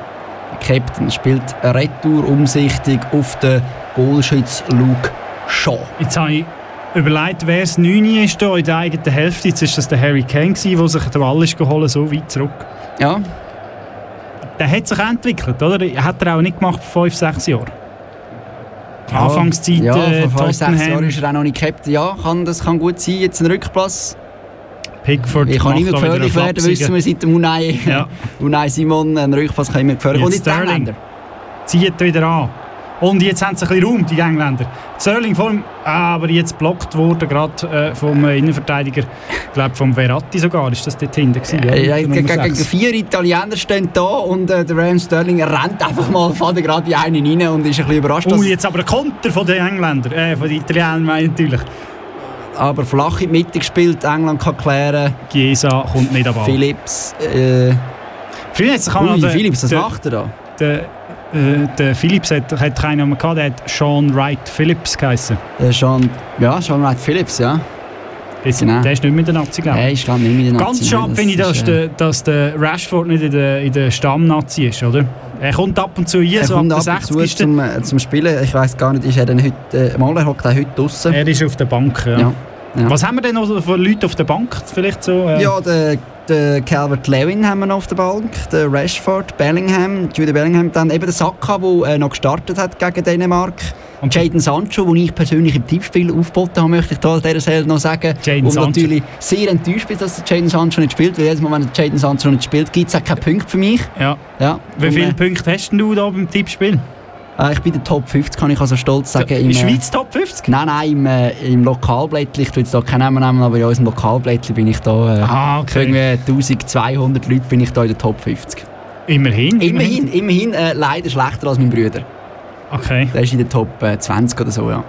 Der Captain spielt eine Retour umsichtig auf den Goalschütz Luke Shaw.
jetzt habe ich überlegt, wer das 9 ist da in der eigenen Hälfte. Jetzt ist das der Harry Kane, gewesen, der sich den Ball ist geholt, so weit zurück.
Ja,
Der hat sich auch entwickelt, oder? Hat er auch nicht gemacht vor 5, 6 Jahren. Anfangszeit
ja,
äh,
vor fünf, sechs Jahren
Tottenham,
ist er auch noch nicht Captain. Ja, kann, das kann gut sein. Jetzt ein Rückpass.
Pickford
Ich kann
macht
immer
da wieder einen
gefährlich werden, wissen
flapsigen.
wir seit dem Unai.
Ja.
Unai Simon, ein Rückpass kann immer gefährlich
Jetzt
Und jetzt die
Sterling.
Engländer.
zieht wieder an. Und jetzt haben sie ein bisschen Raum, die Engländer. Sterling vor dem, ah, aber jetzt blockt wurde gerade äh, vom äh, Innenverteidiger, ich glaube vom Verratti sogar, ist das dort hinten gewesen?
Ja, ja,
der
gegen,
Nummer
Äh, gegen
sechs.
vier Italiener stehen da und äh, der Raheem Sterling rennt einfach mal vorne gerade in einen rein und ist ein bisschen überrascht.
Oh,
dass-
jetzt aber der Konter von den Engländern, äh, von den Italienern meine ich natürlich.
aber flach in die Mitte gespielt, England kann klären.
Chiesa kommt nicht an den Ball.
Philips, äh,
Philips, Oh. kann man
ui,
den-
Philips, was
den-
macht er da?
Der, äh, der Philips hat, hat keinen Namen gehabt, der hat Sean Wright Phillips geheißen.
Äh, schon, ja, schon Wright Philips, ja.
Der, ist-
Genau.
der ist nicht mit der Nazi, glaube ich.
Hey, ich stand nicht mit den
Ganz schade finde ich, dass, der, dass der Rashford nicht in der, in der Stammnazi ist, oder? Er kommt ab und zu rein,
er
so ab
kommt
der
ab und zu
60.
zum, äh, zum Spielen. Ich weiß gar nicht, ist er denn heute, äh, mal er hockt auch heute draussen.
Er ist auf der Bank, ja.
Ja. Ja.
Was haben wir denn noch so für Leute auf der Bank? Vielleicht so... Äh,
Ja, der, der Calvert Lewin haben wir noch auf der Bank, der Rashford, Bellingham, Jude Bellingham, dann eben der Saka, der äh, noch gestartet hat gegen Dänemark. Und
Und-
Jaden Sancho, den ich persönlich im Tippspiel aufgeboten habe, möchte ich da an dieser Stelle noch sagen.
Jadon
und
Sancho.
natürlich sehr enttäuscht bin, dass der Jaden Sancho nicht spielt, weil jedes Mal, wenn der Jaden Sancho nicht spielt, gibt es auch keinen Punkt für mich.
ja.
Ja,
Wie
und,
viele
äh,
Punkte hast denn du da beim Tippspiel?
äh, ich bin der Top 50, kann ich also stolz sagen. im,
In
äh,
Schweiz Top 50?
Nein, nein, im, äh, im Lokalblättli, ich tu jetzt da keinen Namen nehmen, aber in unserem Lokalblättli bin ich da... Äh,
Ah, okay.
Irgendwie 1200 Leute bin ich da in der Top 50.
Immerhin.
Immerhin, immerhin äh, leider schlechter als mein Bruder.
Okay,
Der ist in der Top äh, 20 oder so, ja.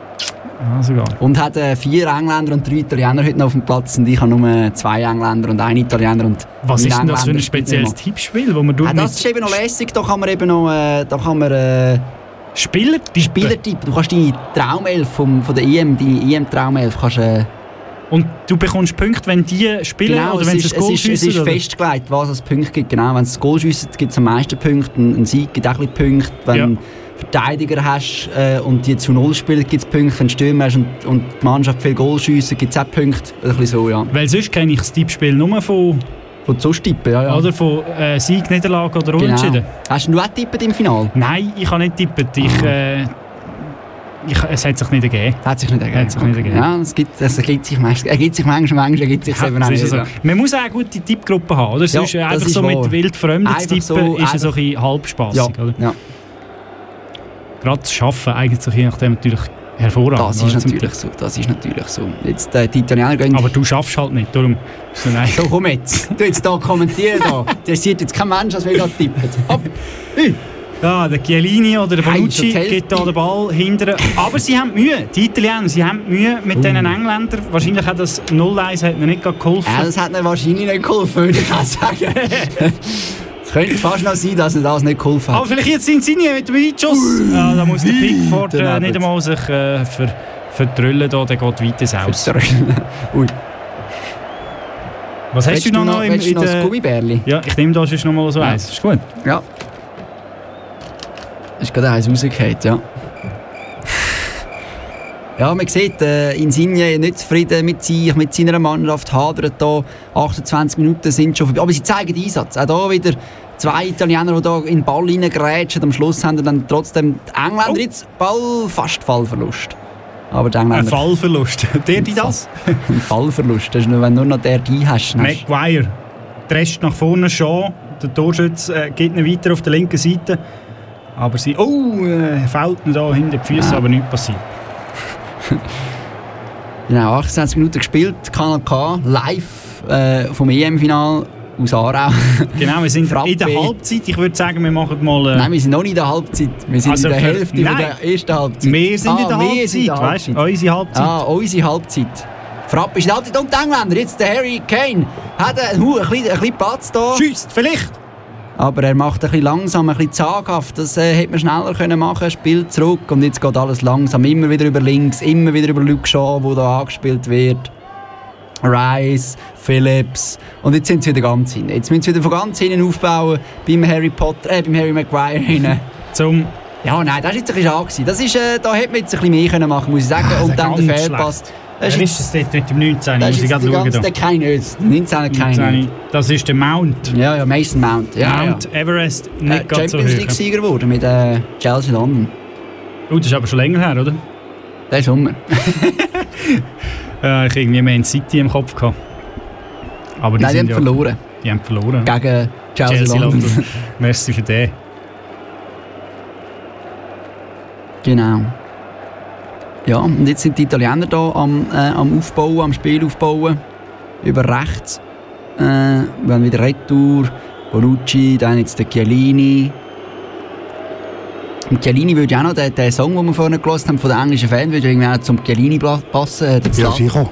ah, sogar.
Und hat äh, vier Engländer und drei Italiener heute noch auf dem Platz und ich habe nur zwei Engländer und einen Italiener und
Was
mein
ist denn das für
Engländer
ein
spielt
spezielles
nicht
Tippspiel, wo man
mal.
durch
Ah, das ist eben noch lässig, da kann man eben noch äh, da kann man, äh,
Spieler
Spieler tippen. Du kannst deine Traumelf vom, von der E EM, deine EM-Traumelf, kannst äh,
Und du bekommst Punkte, wenn die spielen oder Genau, also wenn
Genau, es ist,
sie das Goal
es ist, es ist
schiessen? oder?
festgelegt, was es Punkte gibt. Genau, wenn es Goal schießt, gibt es am meisten Punkte. Ein ein Sieg gibt auch ein bisschen Punkte. Wenn
Ja.
du Verteidiger hast äh, und die zu Null spielen, gibt es Punkte. Wenn du Stürmer hast und, und die Mannschaft viel Goal schiessen, gibt es auch Punkte. Ein bisschen so, ja.
Weil sonst kenne ich das Tippspiel nur von,
Von so tippen, ja, ja.
oder von äh, Sieg, Niederlage oder
genau.
Unentschieden.
Hast du auch tippen im Finale?
Nein, ich habe nicht tippet. Ich, äh, ich, es hat sich nicht ergeben.
Hat sich nicht ergeben.
Hat sich nicht ergeben.
Ja, es gibt, es ergibt sich meistens, ergibt sich manchmal, manchmal ergibt sich eben auch
Das
nicht.
ist so.
ja.
Man muss auch eine gute Tippgruppe haben, oder? Sonst
das
einfach
ist
so mit
wahr.
wild Fremden zu
Einfach
tippen,
so,
ist
einfach-
es so ein bisschen
Ja,
halbspassig, oder?
ja,
Gerade zu schaffen, eigentlich so je nachdem natürlich hervorragend.
das
oder?
ist
Ah, Zum
natürlich so. Das ist natürlich so. Jetzt äh, die Italiener gehen
Teil. Aber du schaffst halt nicht, darum. So, nein.
So, komm jetzt. Du jetzt hier kommentieren. Da. Das sieht jetzt kein Mensch, als wir da tippen. Hopp.
Ja, der Chiellini oder der
Hey,
Bonucci
schon die Hälfte.
gibt da den Ball hinterher. Aber sie haben Mühe, die Italiener, sie haben Mühe
Oh.
mit diesen Engländern. Wahrscheinlich hat das 0-1 hat ihnen nicht gerade geholfen.
Ja, das hat mir wahrscheinlich nicht geholfen, würde ich auch sagen. Es könnte fast noch sein, dass er das nicht geholfen
Aber
hat.
vielleicht jetzt sind sie nicht mit dem Weitschuss. Ja, da muss der Pickford äh,
daneben.
nicht einmal sich äh, ver, vertrüllen, da, der geht weiter aus.
Also- Ui.
Was hast
Willst
du noch, noch im,
willst du
nou in
noch das
der...
Gummibärli?
Ja, ich nehme da sonst noch mal so
nou Ja.
eins. Ist gut.
Ja. Ist gerade eins rausgefallen, ja. Ja, man sieht, äh, Insigne nicht zufrieden mit sich, mit seiner Mannschaft, hadert hier, 28 Minuten sind schon vorbei. Aber sie zeigen Einsatz. Auch hier wieder zwei Italiener, die hier in den Ball reingrätschen. Am Schluss haben dann trotzdem die Engländer
Oh.
jetzt Ball, fast Fallverlust. Aber die
Ein
Engländer...
Fallverlust. Der, die das?
Ein Fallverlust, das ist nur, wenn nur noch der die hast. hast.
Maguire. Der Rest nach vorne schon. Der Torschütze äh, geht nicht weiter auf der linken Seite. Aber sie. Oh, äh, fällt ihn da hinter die Füße,
Ja.
aber nichts passiert.
Genau, 28 Minuten gespielt, Kanal K, live äh, vom EM-Final aus Aarau.
Genau, wir sind
Frappe.
in der Halbzeit. Ich würde sagen, wir machen mal. Äh,
Nein, wir sind noch nicht in der Halbzeit. Wir sind
Also
in der
für-
Hälfte von
Nein.
der ersten Halbzeit.
wir sind in der
Ah, wir
Halbzeit.
sind in der
Weißt du,
Halbzeit.
unsere Halbzeit.
Ah, unsere Halbzeit. Frapp ist Halbzeit und die Engländer. Jetzt der Harry Kane. Hat ein, hu, ein, bisschen, ein bisschen Platz da.
Schießt, vielleicht.
Aber er macht ein bisschen langsam, ein bisschen zaghaft. Das äh, hätte man schneller können machen Spielt zurück und jetzt geht alles langsam. Immer wieder über links, immer wieder über Luke Shaw, wo da angespielt wird. Rice, Phillips und jetzt sind sie wieder ganz hinten. Jetzt müssen sie wieder von ganz hinten aufbauen beim Harry Potter, äh, beim Harry Maguire hinten.
Zum
Ja, nein, das war jetzt ein bisschen schade. gewesen. Das ist, äh, da hätte man jetzt ein bisschen mehr können machen, muss ich sagen.
Ah,
und
der
dann der
ganz
Fehlpass. Das
Wer
ist
ist
jetzt,
es dort, dort im 19?
das ist
Muss ich
jetzt
gerade
die
schauen.
ganze...
da.
Der keine jetzt. 19 keine.
19. Das ist der Mount.
Ja, ja, Mason Mount. Ja,
Mount
ja.
Everest
Äh,
nicht ganz so hoch.
Champions League-Sieger geworden mit äh, Chelsea London.
Oh, das ist aber schon länger her, oder?
Der Sommer.
Äh, ich irgendwie Man City im Kopf gehabt. Aber die,
Nein, die haben
sind ja,
verloren.
Die haben verloren.
Gegen Chelsea, London.
Merci für den.
Genau. Ja, und jetzt sind die Italiener da am, äh, am Aufbauen, am Spiel aufbauen. Über rechts. Äh, wir haben wieder Retour, Bonucci, dann jetzt der Chiellini. Und Chiellini würde ja auch noch, den, den Song, den wir vorhin gelesen haben, von den englischen Fans, würde ja irgendwie auch zum Chiellini pla- passen. Äh, Der Zla-
sicher.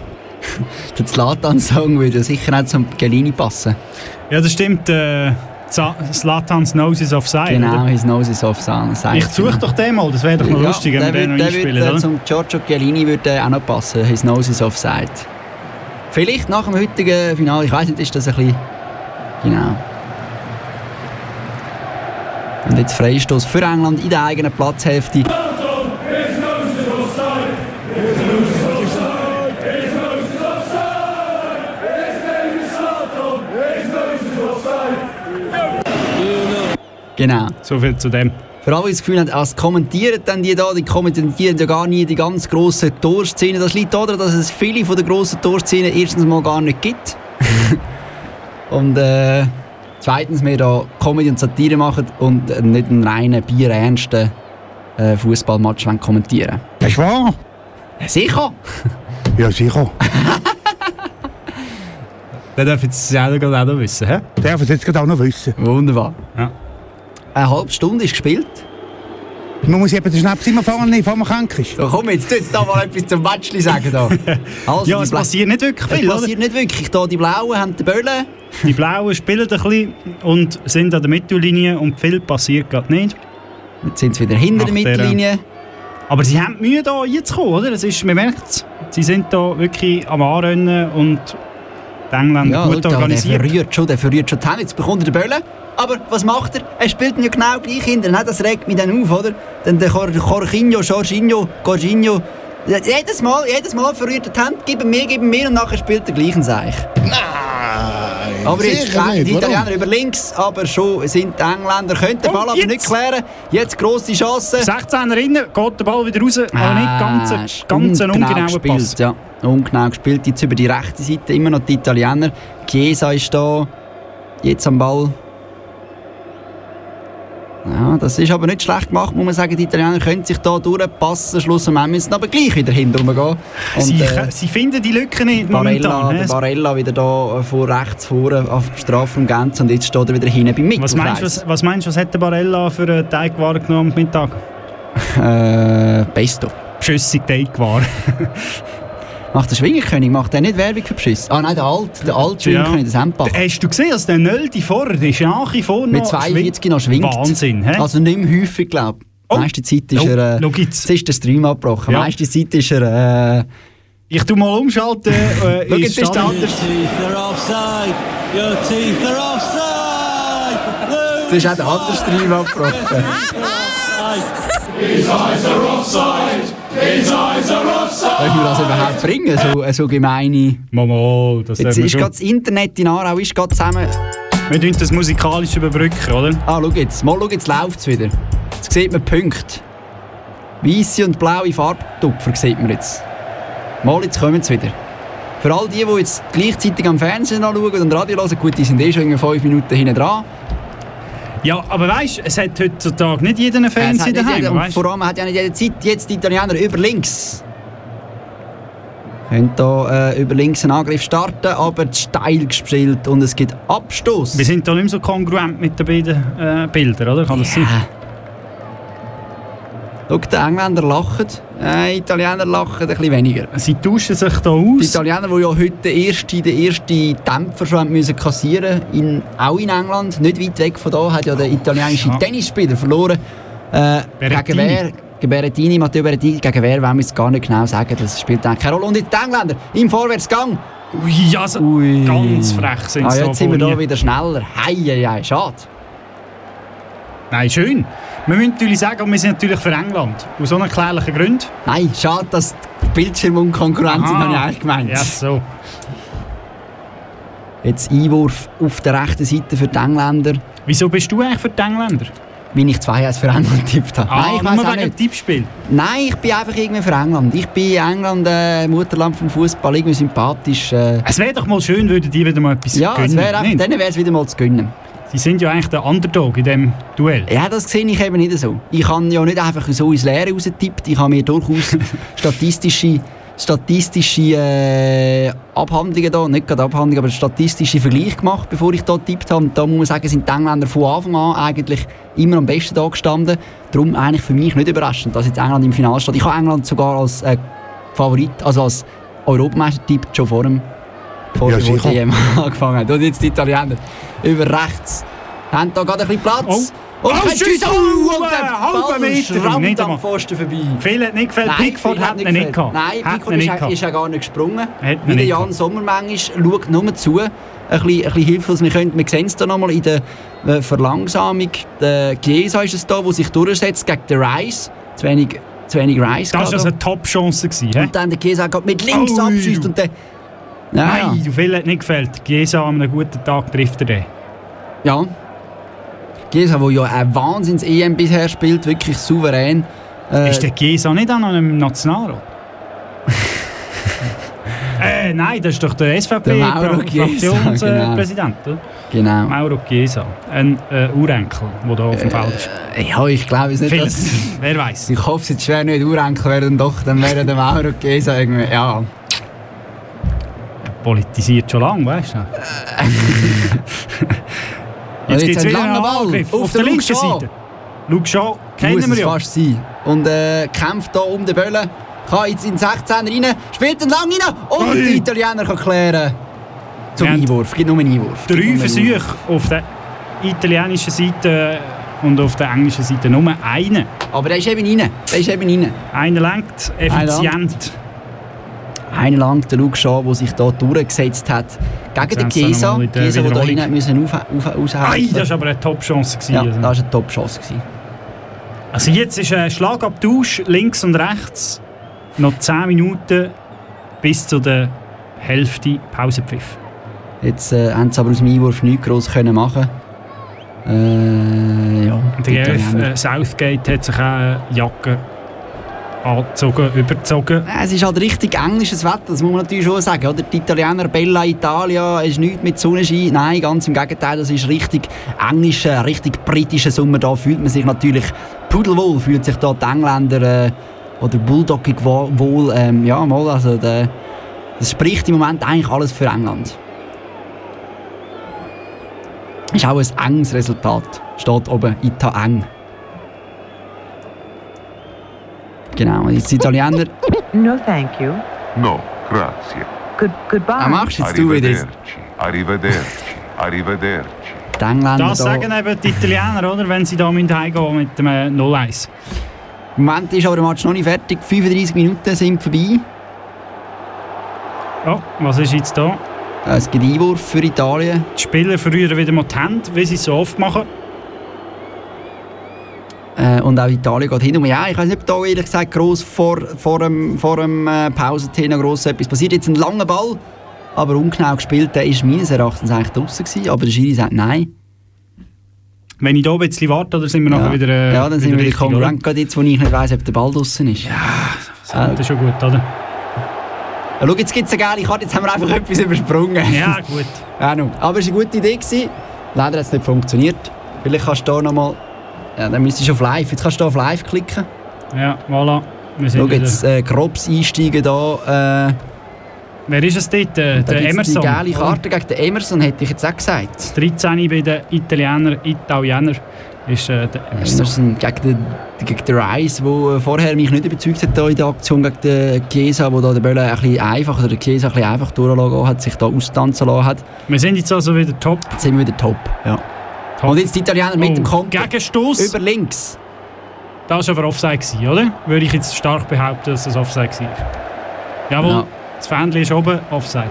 der Zlatan-Song würde ja sicher auch zum Chiellini passen.
Ja, das stimmt. Äh, Za- Zlatans Nose is offside.
Genau,
oder?
his nose is off sun.
Ich suche doch den mal, das wäre doch noch lustig, wenn wir den noch einspielen,
würde, äh,
oder?
Zum Giorgio Chiellini würde er auch noch passen. His nose is offside. Vielleicht nach dem heutigen Finale. Ich weiß nicht, ist das ein bisschen... Genau. Und jetzt Freistoß für England in der eigenen Platzhälfte. Genau.
So viel zu dem.
Für alle, die das Gefühl haben, als kommentieren dann die da, die kommentieren ja gar nie die ganz grossen Torszenen. Das liegt daran, dass es viele von den grossen Torszenen erstens mal gar nicht gibt. und äh, zweitens, wir da Comedy und Satire machen und äh, nicht einen reinen, bierernsten äh, Fußballmatch wollen kommentieren
Ist wahr?
Ja, Sicher!
Ja, sicher.
Der darf jetzt selber gerade auch noch wissen, hä?
Darf es jetzt gerade auch noch wissen.
Wunderbar.
Ja.
Eine halbe Stunde ist gespielt.
Man muss eben den Schnaps immer fahren, bevor man krank ist.
So, komm, jetzt tu jetzt da mal etwas zum Match sagen. Da. Also,
Ja,
die
es
Bla-
passiert nicht wirklich
es
viel, oder?
passiert nicht wirklich. Da die Blauen haben die Böllen.
Die Blauen spielen ein bisschen und sind an der Mittellinie und viel passiert gerade nicht.
Jetzt sind sie wieder hinter der
Nach dieser-
Mittellinie.
Aber sie haben die Mühe, da reinzukommen, oder? Es ist, man merkt es. Sie sind da wirklich am Anrennen und die Engländer
Ja,
gut
schau da, Der
organisiert.
verrührt schon, der verrührt schon die Hände. Jetzt bekommt er den Böllen. Aber was macht er? Er spielt ihn ja genau gleich hinter. Nein, das regt mich dann auf, oder? Dann der Cor Corchinho, Jorginho, Jorginho. Jedes Mal, jedes Mal verrührt er die Hände, gib ihm mehr, gib ihm mehr und nachher spielt er gleich einen Seich.
Nein.
Aber jetzt
sicher
gehen
nicht.
die Italiener
Warum?
über links, aber schon sind die Engländer, können den
Oh,
Ball aber
jetzt!
nicht klären. Jetzt grosse Chance.
16er innen, geht der Ball wieder raus, aber nicht ganz,
Ah,
ein- ganz ein ungenauer
gespielt,
Pass.
Ja, ungenau gespielt. Jetzt über die rechte Seite immer noch die Italiener. Chiesa ist da. Jetzt am Ball. Ja, das ist aber nicht schlecht gemacht, muss man sagen. Die Italiener können sich da durchpassen. Schluss am Ende müssen sie aber gleich wieder hinten rumgehen. Und,
Sie,
äh,
sie finden die Lücke nicht
Barella,
momentan. ne?
der
hä?
Barella wieder da äh, vor rechts vorne auf dem Strafraum ganz und jetzt steht er wieder hinten beim Mittelkreis.
Was meinst, du, was, was meinst du, was hat der Barella für einen Teig wahrgenommen am Mittag?
Äh, Besto.
Schüssig Teig war.
Macht der Schwingerkönig, macht der nicht Werbung für Beschiss? Ah nein, der Alt, der Alt Schwingerkönig, das Hempach.
Hast du gesehen, dass der Nöldi vorne ist nach wie vor noch
Mit 42 noch schwingt.
Wahnsinn, hä?
Also nicht mehr häufig, glaube ich.
Oh.
Meiste Zeit ist
Oh,
er. Äh,
schau jetzt.
jetzt ist der Stream abgebrochen.
Ja.
Meiste Zeit ist er. Äh,
Ich tu mal umschalten. Äh,
schau,
ins
jetzt ist der
Stadion.
anders. Jetzt ist auch der andere Stream abgebrochen. Können wir das überhaupt bringen, so, so gemeine...
Mama, das
Jetzt
dürfen wir
ist
schon.
gerade das Internet in Aarau ist gerade zusammen...
Wir tun das musikalisch überbrücken, oder?
Ah, schau jetzt. Mal schau, jetzt läuft es wieder. Jetzt sieht man Punkte. Weiße und blaue Farbtupfer sieht man jetzt. Mal, jetzt kommen sie wieder. Für all die, die jetzt gleichzeitig am Fernsehen anschauen und Radio hören, gut, die sind eh schon irgendwie fünf Minuten hinten dran.
Ja, aber weißt du, es hat heutzutage nicht jeder einen
Es hat
Fernseher
nicht jeder-
daheim,
und
weißt
vor allem hat ja nicht jede Zeit jetzt die Italiener über links. Können da äh, über links einen Angriff starten, aber zu steil gespielt und es gibt Abstoß.
Wir sind da nicht mehr so kongruent mit den beiden äh, Bildern, oder? Kann das sein?
Ja. Schau, die Engländer lachen, äh, Italiener lachen ein bisschen weniger.
Sie tauschen sich da
Die
aus.
Italiener, die ja heute den ersten, den ersten Dämpfer schon haben müssen kassieren in, auch in England, nicht weit weg von da, hat ja der italienische
Ja.
Tennisspieler verloren. Äh, gegen
Berrettini.
wer? Gegen Berrettini, Matteo Berrettini, gegen wer wollen wir es gar nicht genau sagen, das spielt eigentlich keine Rolle. Und jetzt die Engländer im Vorwärtsgang.
Ui, ja, so
Ui.
ganz frech sind
Ah,
sie
jetzt sind wir
vorne.
da wieder schneller. Hei, hei, hei, schade.
Nein, schön. Wir müssen natürlich sagen, wir sind natürlich für England. Aus unerklärlichen Gründen.
Nein, schade, dass Bildschirm und Konkurrent sind,
Aha.
habe ich eigentlich gemeint.
Ah. Ja, so.
Jetzt Einwurf auf der rechten Seite für die Engländer,
Wieso bist du eigentlich für die Engländer?
wie ich 2-1 für England getippt habe. Nein, ich
Ah, nur
weiß auch
wegen
nicht.
dem Tippspiel.
Nein, ich bin einfach irgendwie für England. Ich bin England, äh, Mutterland vom Fußball, irgendwie sympathisch. Äh,
Es wäre doch mal schön, würden die wieder mal etwas
ja,
gönnen.
es wäre einfach,
nicht?
denen wäre es wieder mal zu gönnen.
Sie sind ja eigentlich der Underdog in diesem Duell.
Ja, das sehe ich eben nicht so. Ich habe ja nicht einfach so ins Leere rausgetippt. Ich habe mir durchaus statistische, statistische äh, Abhandlungen da, nicht gerade Abhandlungen, aber statistische Vergleich gemacht, bevor ich da getippt habe. Und da muss man sagen, sind die Engländer von Anfang an eigentlich immer am besten da gestanden. Darum eigentlich für mich nicht überraschend, dass jetzt England im Finale steht. Ich habe England sogar als äh, Favorit, also als Europameister getippt, schon vor dem vor
Ja,
der
sicher.
WM angefangen hat. Und jetzt die Italiener über rechts. Haben da gerade ein bisschen Platz.
Oh.
Und
Oh,
kein Schuss!
Schuss!
Oh,
Oh,
und
äh,
der
halber
Ball
Meter.
schrammt
Nicht
am
einmal.
Pfosten vorbei.
Viel hat nicht gefällt. Pickford
Phil
hat ihn nicht
gefällt.
gehabt.
Nein,
Hat
Pickford
ihn
ist,
nicht
ja-
gehabt.
ist ja gar nicht gesprungen.
ihn
Wie der
nicht
Jan
gehabt.
Sommer manchmal schaut nur zu. Ein bisschen, ein bisschen hilflos. Wir, können, wir sehen es da nochmal in der äh, Verlangsamung. Der Chiesa ist es da, der sich durchsetzt gegen den Rice. Zu wenig, zu wenig Rice.
Das war
gerade.
also eine Top-Chance. gewesen, hä?
und dann der Chiesa gerade mit links
Ui.
abschießt und der... Ja, ja.
Nein, du viel hat nicht gefällt. Giesa an einem guten Tag trifft er den.
Ja. Gesa, der ja ein Wahnsinns-EM bisher spielt, wirklich souverän. Äh,
Ist der Giesa nicht an einem Nationalrat? äh, nein, das ist doch der
Der Mauro Chiesa, genau.
SVP-Fraktionspräsident.
genau.
Mauro Chiesa. Ein äh, Urenkel, der da auf dem Feld ist.
Ja, ich glaube es nicht, dass...
Vielleicht. Wer weiß.
Ich hoffe es jetzt schwer nicht, Urenkel werden doch, dann wäre der Mauro Gesa irgendwie... Ja,
Politisiert schon lange, weißt
Äh.
du?
jetzt
gibt's
ein langer Ball
Angriff
auf
Auf, der
der
linken
Luke Shaw.
Seite. Luke Shaw
muss
kennen wir
es
ja.
fast sein. Und äh, kämpft hier um den Böllen, kann jetzt in den 16er rein, spielt ihn lang rein und
Ui.
die Italiener kann klären. Zum
Wir haben
Einwurf, gibt nur einen Einwurf. Gibt nur
Drei
einen
Versuche
Einwurf.
auf der italienischen Seite und auf der englischen Seite. Nur einen.
Aber der ist eben rein, der ist eben rein.
Einer lenkt, effizient.
Einer lang der Luke Shaw, der sich hier durchgesetzt hat. Gegen den
Jetzt haben sie
Chiesa.
noch mal in der
Chiesa, der da
Wiederholung.
hinten müssen auf, auf,
Ei, das
aushalten.
war aber eine Top-Chance. gewesen.
Ja, das
Also.
war ein Top-Schuss. gewesen.
also jetzt ist ein Schlagabtausch links und rechts. Noch 10 Minuten bis zu der Hälfte Pausenpfiff.
Jetzt äh, haben sie aber aus dem Einwurf nichts gross können machen äh, ja,
Und
die
der GF
Italiener.
äh, Southgate hat sich auch eine Jacke angezogen, überzogen.
Äh, Es ist halt richtig englisches Wetter, das muss man natürlich schon sagen. Oder? Die Italiener Bella Italia ist nichts mit Sonnenschein. Nein, ganz im Gegenteil, das ist richtig englischer, richtig britischer Sommer. Da fühlt man sich natürlich pudelwohl, fühlt sich da die Engländer äh, oder Bulldoggig wo- wohl. Ähm, ja, mal, also der, das spricht im Moment eigentlich alles für England. Ist auch ein enges Resultat. Steht oben Ita eng. Genau, und jetzt die Italiener.
No, thank you.
No, grazie.
Good goodbye.
Ah.
Was machst jetzt du wieder?
Arrivederci. Arrivederci. Arrivederci.
Die Engländer
Das
da.
sagen eben die Italiener, oder? wenn sie da mit heimgehen mit dem äh, 0-1.
Im Moment ist aber der Match noch nicht fertig. 35 Minuten sind vorbei.
Oh, was ist jetzt da?
Äh, Es gibt Einwurf für Italien.
Die Spieler verlieren wieder mal die Hände, wie sie es so oft machen.
Äh, Und auch Italien geht hin. Und ja, ich weiß nicht, ob da ehrlich gesagt gross vor, vor dem, vor dem äh, Pausenthema gross etwas passiert. Jetzt ein langer Ball, aber ungenau gespielt. Der war meines Erachtens eigentlich draußen. Gewesen, aber der Schiri sagt nein.
Wenn ich da ein bisschen warte, oder sind wir
Ja,
nachher wieder. äh,
ja dann sind wir wieder
richtig, oder?
konkurrent. Gerade jetzt, wo ich nicht weiss, ob der Ball draußen ist.
Das
Äh.
ist schon gut, oder?
Ja, schau, jetzt gibt es eine geile Karte. Jetzt haben wir einfach etwas übersprungen.
Ja, gut.
Ja, nun. Aber es war eine gute Idee. Gewesen. Leider hat es nicht funktioniert. Vielleicht kannst du hier nochmal. Ja, dann müsstest du auf Live. Jetzt kannst du hier auf Live klicken.
Ja, voilà. Wir sind
Schau,
wieder-
jetzt äh, grobs einsteigen hier. Äh,
Wer ist es dort?
da
Äh, der
gibt's
Emerson.
Die geile
oder?
Karte gegen den Emerson hätte ich jetzt auch gesagt.
13 bei den Italiener, Italiener ist äh, der Emerson.
Emerson gegen den, gegen den Rice, der äh, vorher mich nicht überzeugt hat hier in der Aktion gegen den Chiesa, wo da der Böller ein bisschen einfach, oder der Chiesa ein bisschen einfach durchgelassen hat, sich da austanzen lassen hat.
Wir sind jetzt also wieder top.
Jetzt sind wir wieder top. Ja.
top. Oh,
Und jetzt die Italiener mit dem Konter.
Gegenstoß.
Über links.
Das war aber Offside, gewesen, oder? Würde ich jetzt stark behaupten, dass es Offside war. Jawohl,
Ja.
das Fähnchen ist oben, Offside.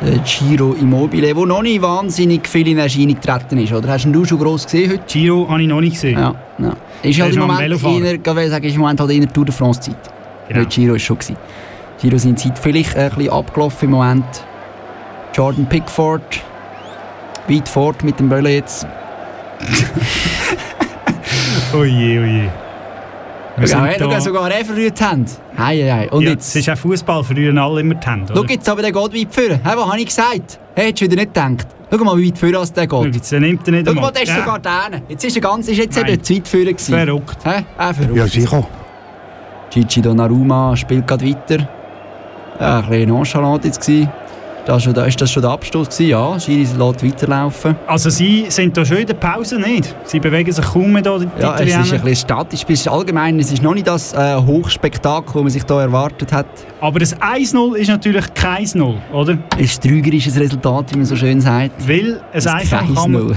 Der Äh, Giro Immobile, der noch nicht wahnsinnig viel in Erscheinung getreten ist, oder? Hast ihn du schon gross gesehen heute?
Giro habe ich noch nicht gesehen.
Ja, ja. Ist
Der
halt
ist
im
noch am
Moment
Velofahren.
in der, sage ich, im Moment halt in der Tour de France Zeit.
Genau.
Nicht Giro ist schon gewesen. Giro sind Zeit vielleicht ein bisschen abgelaufen im Moment. Jordan Pickford. Weit fort mit dem Böller jetzt.
Oje, oje.
Ja,
Wir sind
hey,
da-
sogar, sogar er verrührt haben. Ei, ei, ei. Und
ja,
jetzt.
Es ist auch Fußball, früher alle immer die Hände.
Schau jetzt, aber der geht weit führen. Hey, was habe ich gesagt? Hey, hättest du wieder nicht gedacht. Schau mal, wie weit führen als der
Schau,
geht.
jetzt der nimmt er nicht
Schau
einmal.
mal, der ist
Ja,
sogar da. Jetzt ist er ganz, ist jetzt
Nein.
eben zu weit führen gewesen.
Verrückt.
Hä? Auch verrückt.
Ja, sicher.
Gigi Donnarumma spielt gerade weiter. Ja, ein bisschen nonchalant jetzt gewesen. Das ist, schon, der- ist das schon der Abstoß gewesen? Ja, Schiri lässt weiterlaufen.
Also sie sind da schon in der Pause nicht. Sie bewegen sich kaum mehr da,
Ja,
die
es ist ein
Italiener.
bisschen statisch. bis Allgemein, es ist noch nicht das äh, Hochspektakel, das man sich da erwartet hat.
Aber das 1-0 ist natürlich kein 0, oder?
Ein trügerisches Resultat, wie man so schön sagt.
Weil es einfach kann man,
1-0.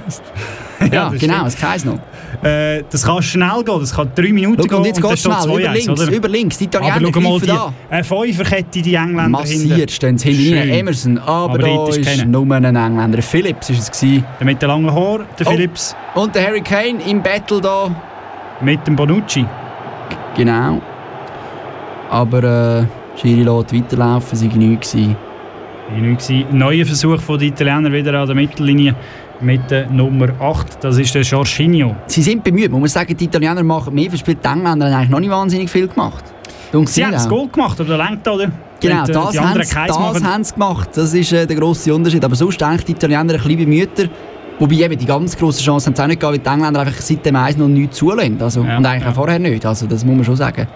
ja,
Ja, das
genau, es kreis noch.
äh, das kann schnell gehen, das kann 3 Minuten
Schau,
gehen
und jetzt
dann
geht's
steht
schnell.
2-1,
Über links,
oder?
über links. Die Italiener
Aber schau mal,
greifen
die,
an.
eine Fünferkette, die Engländer
Massiert
hinten.
stehen sie hinten rein.
Schön.
Emerson, aber,
Aber
da
dort ist
ist,
keiner.
nur ein Engländer. Phillips war es. Gewesen.
Der mit den langen Haaren, der
Oh.
Phillips
Und der Harry Kane im Battle da.
mit dem Bonucci.
Genau. Aber äh, Schiri lässt weiterlaufen, sei nichts gewesen.
Wie nichts gewesen. Neuer Versuch von den Italienern wieder an der Mittellinie mit der Nummer 8. Das ist der Jorginho.
Sie sind bemüht. Man muss sagen, die Italiener machen mehr verspielt. Die Engländer haben eigentlich noch nicht wahnsinnig viel gemacht. Und
Sie haben das Goal gemacht, aber der lenkt, oder?
Genau,
Wenn, äh,
das
die
haben
anderen
sie
keins
das
machen.
haben sie gemacht. Das ist äh, der grosse Unterschied. Aber sonst eigentlich die Italiener ein bisschen bemühter. Wobei eben die ganz grosse Chance haben sie auch nicht gegeben, weil die Engländer einfach seit dem 1 noch nichts zulassen. Also,
Ja,
und eigentlich
ja.
auch vorher nicht. Also, das muss man schon sagen.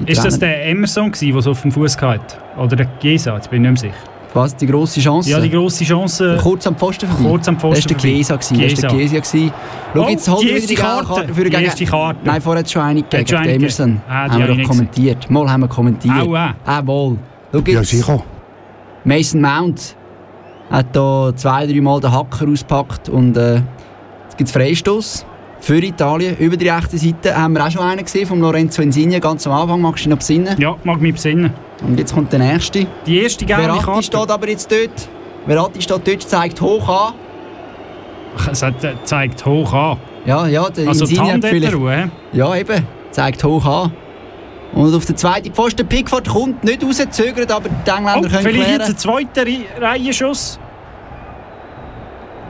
Die
Ist das
Italiener-
der Emerson, gewesen, der es auf dem Fuß hatte? Oder der Gesa? Jetzt bin ich nicht mehr sicher.
Was, die grosse Chance?
Ja, die grosse Chance.
Kurz am Pfosten vorbei.
Kurz am Pfosten
Das war der
vorbei.
Chiesa. gewesen, Das war der Chiesa. gewesen. Schau,
Oh,
jetzt holt er
die
wieder die
erste
gelbe
Karte.
Karte für
Die
gegen-
erste Karte.
Nein, vorher hat es schon eine gegeben.
schon
gegen
eine
Emerson.
gegeben? Ah, die
haben
habe
wir
ich
doch
nicht
kommentiert. Mal haben wir kommentiert.
Auch, auch.
Ah, wohl. Schau jetzt.
Ja, sicher.
Mason Mount hat da zwei, dreimal den Hacker ausgepackt und äh, jetzt gibt es Freistoß für Italien. Über die rechte Seite haben wir auch schon einen gesehen, von Lorenzo Insigne, ganz am Anfang, magst du dich noch besinnen.
Ja, mag mich besinnen.
Und jetzt kommt der nächste.
Die erste gelbe
Verratti steht
Karte.
aber jetzt dort. Verratti steht dort, zeigt hoch an.
Ach, Es hat, äh, zeigt hoch an.
Ja, ja, der
Also die
Insigne hat
Hand hat
vielleicht...
er Oh, Ruhe.
Ja, eben, zeigt hoch an. Und auf den zweiten Pfosten, Pickford kommt nicht raus, zögert, aber die Engländer
Oh,
können
vielleicht jetzt
klären.
ein zweiter Re- Reihenschuss.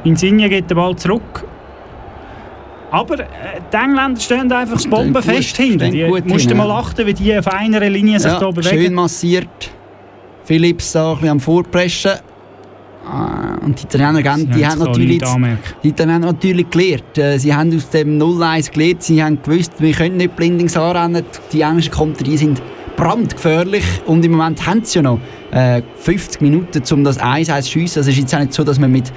Insigne geht den Ball zurück. Aber äh, die Engländer stehen einfach das Bombenfest
gut,
hinten.
stehen
Die
gut
musst du
hin,
mal
ja.
achten, wie die auf einer Linie sich da
schön
bewegen.
massiert. Philips da ein bisschen am Vorpreschen. Ah, Und die Italiener, gell, die haben natürlich,
Da anmerken.
die Italiener haben natürlich gelernt. Äh, Sie haben aus dem 0-1 gelernt. Sie haben gewusst, wir können nicht blindings anrennen. Die englischen Konter die sind brandgefährlich. Und im Moment haben sie ja noch äh, 50 Minuten, um das 1-1 zu schiessen. Es ist jetzt auch nicht so, dass man mit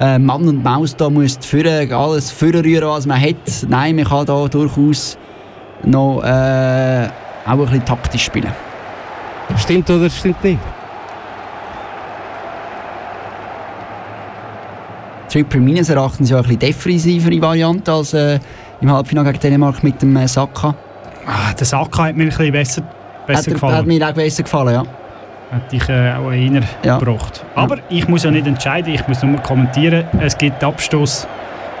äh, Mann und Maus da muss führen, alles vorrühren, was man hat. Nein, man kann da durchaus noch äh, auch ein bisschen taktisch spielen.
Stimmt oder stimmt nicht?
Tripper meines Erachtens ja ein bisschen defensivere Variante als äh, im Halbfinale gegen Dänemark mit dem äh, Saka.
Ah, der Saka hat mir ein bisschen besser,
Hat,
besser
er, hat
gefallen.
mir auch besser gefallen, ja.
Hat dich äh, auch einer
Ja.
gebracht. Aber ich muss ja nicht entscheiden, ich muss nur kommentieren. Es gibt Abstoß.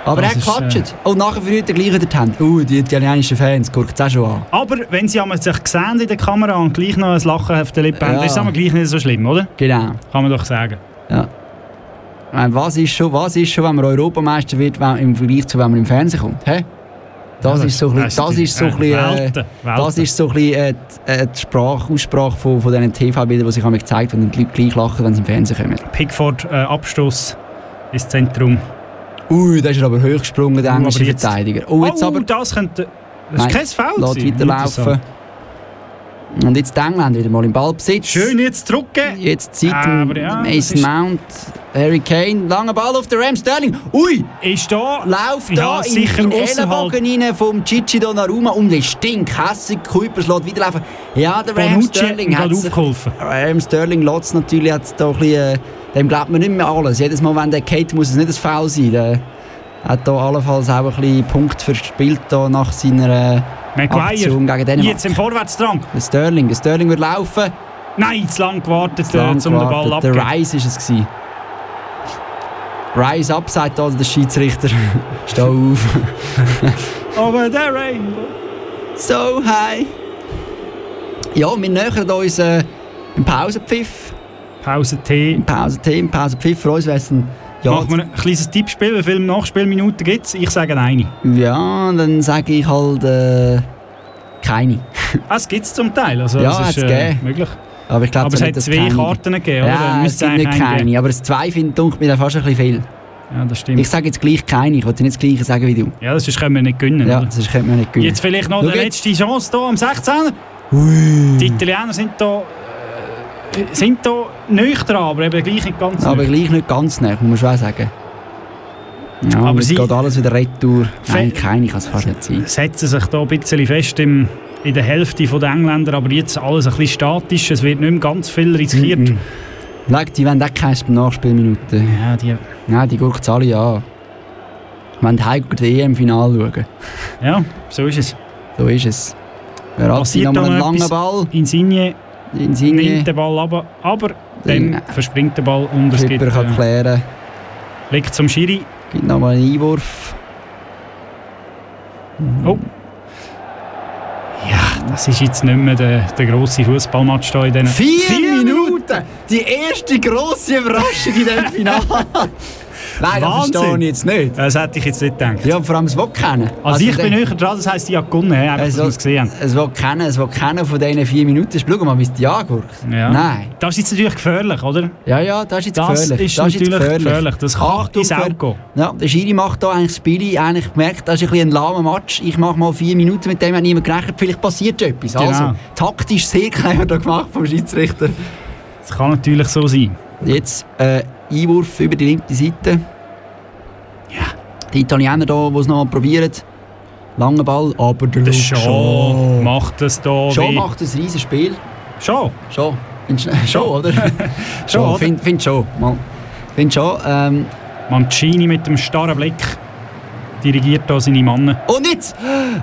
Aber
Das
er
ist, äh,
klatscht. Und nachher verliert er gleich wieder die Hände. Uh, die italienischen Fans, guckt es auch schon an.
Aber wenn sie einmal sich sehen in der Kamera und gleich noch ein Lachen auf den Lippen haben,
Ja.
das ist aber gleich nicht so schlimm, oder?
Genau.
Kann man doch sagen.
Ich meine, Was ist schon, was ist schon wenn man Europameister wird, wenn, im Vergleich zu wenn man im Fernsehen kommt? Hä? Das, ist so ein bisschen, das ist so ein bisschen, äh,
Welten, Welten.
das ist so ein bisschen äh, die, äh, die Sprache, Aussprache von, von diesen TV-Bildern, die sich einmal gezeigt haben, die Leute gleich lachen, wenn sie im Fernsehen kommen.
Pickford äh, Abstoß ins Zentrum.
Ui, da Uh, ist er aber hochgesprungen, der
Uh,
englische
aber jetzt-
Verteidiger. Oh, jetzt aber...
das könnte. Das
Nein,
ist kein Foul.
Lässt
gewesen.
weiterlaufen. Und jetzt die Engländer wieder mal im Ballbesitz.
Schön jetzt zurückgeben.
Jetzt Zeit
Ah, Aber ja, das
Mason
ist-
Mount, Harry Kane, langer Ball auf der Ram Sterling. Ui,
Ist da.
läuft da
ja,
in
sicher
in den
ausserhalb.
Ellenbogen rein vom Gigi Donnarumma und ist stinkhässig. Kuipers lässt weiterlaufen. Ja, der Ram
Bonucci hat ihm
Sterling hat
gerade aufgeholfen.
Raheem Sterling lässt natürlich jetzt da ein bisschen, äh, dem glaubt man nicht mehr alles. Jedes Mal, wenn der Kate muss es nicht ein Foul sein. Der hat da allenfalls auch ein bisschen Punkt verspielt da nach seiner äh, Aktion
Maguire.
gegen Dänemark.
Jetzt im Vorwärtsdrang.
Der Sterling, der Sterling wird laufen.
Nein, zu lang gewartet,
Lang
äh, um den Ball
gewartet. Der
abzugeben.
Rice ist es gewesen. Rice abseit da der Schiedsrichter. Steh auf.
Aber der Rainbow.
So high. Ja, wir nähern uns äh, im Pausenpfiff.
Pause T.
Im Pausentee, im Pausenpfiff. Für uns wäre es ein ja,
Machen wir ein kleines Tippspiel. Wie viele Nachspielminuten gibt es? Ich sage eine.
ja, dann sage ich halt äh, keine.
Ah, es gibt es zum Teil. Also,
Ja,
das ist
hat's
äh,
gegeben.
möglich.
Aber ich glaube,
Aber es hat zwei Karten gegeben, oder?
Ja,
Dann
es
müsste
sind nicht
eigentlich eine
keine, aber es zwei finde ich mir dann fast ein bisschen viel.
geben. Ja, das stimmt.
Ich sage jetzt gleich keine, ich wollte nicht das gleiche sagen wie du.
Ja, das ist, können wir nicht gönnen.
Ja,
oder?
sonst könnte man nicht gewinnen.
Jetzt vielleicht noch
Schau
die letzte Chance hier am 16er. Die Italiener sind da, äh, sind da nüchtern, aber eben gleich nicht ganz
Aber
nüchtern.
gleich nicht ganz nah, muss man schon auch sagen. Ja,
Aber
aber
sie-
sie geht alles wieder retour.
Fe-
Nein, keine kann es fast nicht sein.
Setzen sich da ein bisschen fest im, in der Hälfte der Engländer, aber jetzt alles ein bisschen statisch. Es wird nicht mehr ganz viel riskiert.
Schau, Mhm. die wollen auch keine Nachspielminuten.
Ja, die,
Nein, die gucken es alle an. Wir wollen heim die EM-Finale schauen.
ja, so ist es.
So ist es. Wer hat sie
Passiert
nochmal
da
einen
noch
langen
etwas?
Ball?
Insigne nimmt
Insigne.
den Ball ab, aber dann
Ja.
verspringt der Ball und es gibt,
Schipper kann
äh,
klären.
liegt zum Schiri.
Gibt nochmal einen Einwurf. Mhm.
Oh. Ja, das ist jetzt nicht mehr der, der grosse Fußballmatch hier in diesen
Vier, Minuten! Die erste grosse Überraschung in diesem Finale. Nein, das
Wahnsinn.
verstehe ich jetzt nicht.
Das hätte ich jetzt nicht gedacht.
Ja, und vor allem es will kennen.
Also, ich bin
der-
näher dran, das heisst, ich habe gewonnen, he, einfach, dass
Es
wir
will,
es gesehen haben.
Also, es will kennen, es will kennen von diesen vier Minuten. Schau mal, wie es dich anguckt.
Ja.
Nein.
Das ist jetzt natürlich gefährlich, oder?
Ja, ja, das ist jetzt
Das
gefährlich.
ist natürlich gefährlich. Das kann
Achtung,
ins Auge
Ver-
gehen.
Ja, der Schiri macht hier eigentlich das Spiel. Eigentlich gemerkt, das ist ein, bisschen ein lahmer Match. Ich mache mal vier Minuten, mit dem hat niemand gerechnet. Vielleicht passiert schon etwas.
Genau.
Also, taktisch sehr clever da gemacht vom Schiedsrichter.
Das kann natürlich so sein.
Jetzt äh, Einwurf über die linke Seite. Ja. Die Italiener hier, die es nochmal probieren. Langer Ball, aber der
Der
Luke
Shaw macht es da
Schon
weh.
macht ein riesiges Spiel.
Schon.
Schon. Findest du- Schon, oder?
Schon, oder?
Find, find schon. Mal. Find schon. Ähm,
Mancini mit dem starren Blick dirigiert da seine Mannen.
und jetzt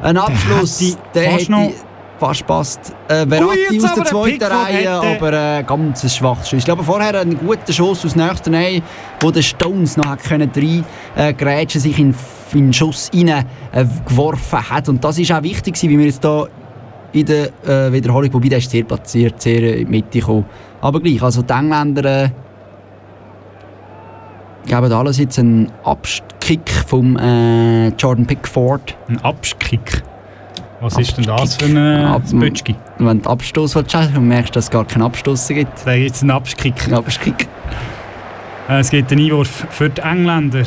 ein Abschluss.
hätte
Der
fast
hätte
noch-
fast passt. Äh,
Ui,
Verratti
jetzt
aus der
aber ein
zweiten
Pickford
Reihe,
hätte-
aber äh, ganz ein schwaches Schuss. Ich glaube, vorher einen guten Schuss aus nächster Nähe, wo der Stones noch hat können rein äh, grätschen, sich in, in den Schuss rein äh, geworfen hat. Und das ist auch wichtig gewesen, wie wir jetzt hier in der äh, Wiederholung, wobei der ist sehr platziert, sehr äh, in die Mitte gekommen. Aber gleich, also die Engländer äh, geben alles jetzt einen Abkick vom äh, Jordan Pickford.
Ein Abschkick. Was ist denn das für ein äh,
Ab-
Spötschki?
Wenn du Abstoß willst, und merkst, dass es gar keinen Abstoß gibt.
Da gibt es einen Abschkick.
Ein Abkick.
Äh, Es gibt einen Einwurf für die Engländer.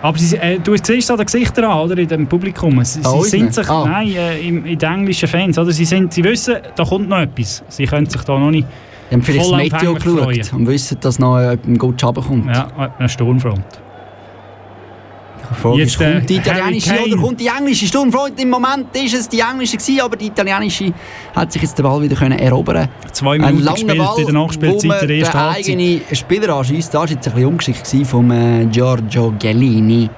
Aber sie, äh, du siehst an den Gesichtern an, oder? In dem Publikum. Sie,
An
sie
uns
sind
nicht?
sich,
Ah.
nein, äh, im, in den englischen Fans, oder? Sie, sind, sie wissen, da kommt noch etwas. Sie können sich da noch nicht,
Die haben vielleicht das Meteo
Vollempfänglich
geschaut
freuen.
und wissen, dass noch äh, ein Gutsch runterkommt.
ja, äh, eine Sturmfront.
Die Frage ist,
Jetzt, äh,
kommt die
Harry
italienische
Kane.
oder kommt die englische Sturmfreund? Im Moment ist es die englische, gewesen, aber die italienische hat sich jetzt den Ball wieder können erobern
Zwei Minuten gespielt in der
wo
Nachspielzeit
man
der ersten
den
Halbzeit.
eigenen Spieler anschießt. Das war jetzt ein bisschen ungeschickt gewesen vom äh, Giorgio Gellini.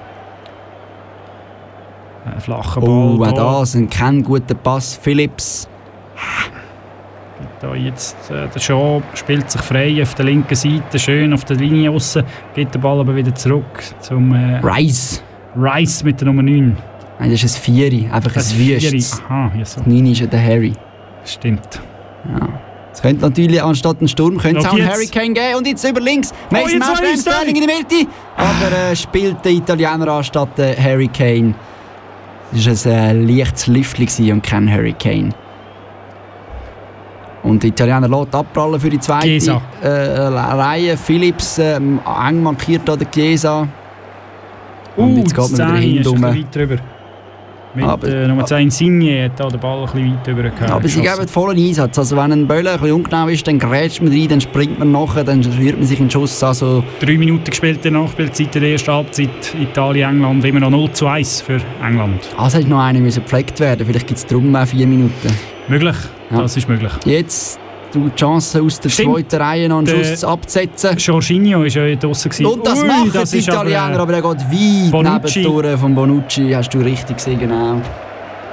Ein flacher Ball.
Oh, auch
da.
das, ein kein guter Pass. Phillips.
Da jetzt, äh, der Shaw spielt sich frei auf der linken Seite, schön auf der Linie außen, geht den Ball aber wieder zurück zum äh,
Rice.
Rice mit der Nummer 9.
Nein, das ist ein Vieri, einfach ein Wüstes.
Aha, ja so.
Nein, ist ja der Harry.
Stimmt.
Es könnte natürlich anstatt einen Sturm könnte es
Doch
auch einen
jetzt. Oh,
Hurricane geben. Und jetzt über links. Mason
jetzt
Mount,
war ich
Sterling in
Sterling.
der Mitte. Aber äh, spielt der Italiener anstatt der Hurricane. Es war ein äh, leichtes Lüftchen gewesen und kein Hurricane. Und der Italiener lässt abprallen für die zweite
Chiesa.
äh, Reihe. Philips ähm, eng markiert an der Chiesa. Und jetzt geht man wieder
Zähne Uh, ist
hinten
ein
rum.
bisschen weit drüber. Mit
Aber-
äh, Nummer 10 Insigne hat da den Ball ein bisschen weit drüber gehabt.
Aber sie geben vollen Einsatz. Also wenn ein Böller ein bisschen ungenau ist, dann grätscht man rein, dann springt man nachher, dann rührt man sich in den Schuss. Also
Drei Minuten gespielt in der Nachspielzeit der ersten Halbzeit. Italien, England, immer noch 0 zu 1 für England.
Also hätte noch einer müssen gepflegt werden Vielleicht gibt es drum auch vier Minuten.
Möglich,
Ja.
das ist möglich.
Jetzt du die Chance aus der
Stimmt.
zweiten Reihe noch einen
Der-
Schuss abzusetzen.
Jorginho war ja draussen. gewesen.
Und das
Ui,
macht
das
der
ist aber, äh,
Italiener, aber, er geht weit
Bonucci.
neben die Tore von Bonucci. Hast du richtig gesehen, genau.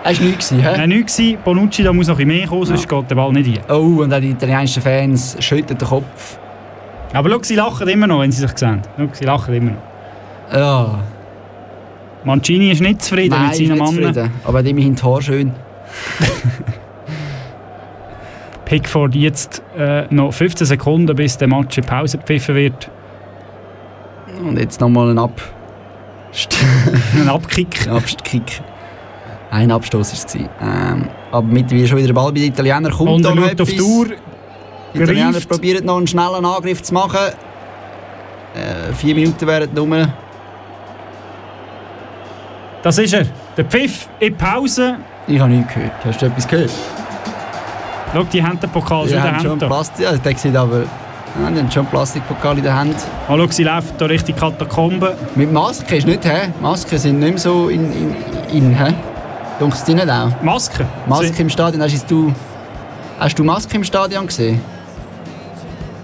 Hast du nichts gesehen, hä?
Nein, nichts gewesen. Bonucci, da muss noch ein bisschen mehr kommen, sonst geht der Ball nicht rein.
Oh, und auch die italienischen Fans schütteln den Kopf.
Aber schau, sie lachen immer noch, wenn sie sich sehen. Schau, sie lachen immer noch.
Ja,
Mancini ist nicht zufrieden
Ah, nein,
mit
ich bin
seinen
nicht
Mannen.
zufrieden. Aber hat immerhin Tor schön.
Pickford jetzt äh, noch 15 Sekunden, bis der Match in Pause gepfiffen wird.
Und jetzt nochmal ein Ab
Ein Abkick.
Abkick. Ein Abstoß war es. Ähm, aber mittlerweile schon wieder der Ball bei den Italienern. Kommt
Und
da
er
noch
schaut auf die
etwas?
Uhr.
Die Italiener
Greift.
probieren noch einen schnellen Angriff zu machen. Äh, vier Minuten wären nur.
Das ist er. Der Pfiff in Pause.
Ich habe nichts gehört. Hast du etwas gehört?
Schau, die haben den Pokal schon Also
die
in der
haben schon
Hand. da.
Plastik. Ja, der sieht aber. Ja, die haben schon Plastikpokal in der Hand.
Ah, schau, sie laufen da Richtung Katakomben.
Mit Masken ist nicht, hä? Masken sind nicht mehr so in. in, in hä? Denkst du nicht auch?
Maske.
Maske
Sie-
im Stadion. Hast jetzt du, hast du Maske im Stadion gesehen?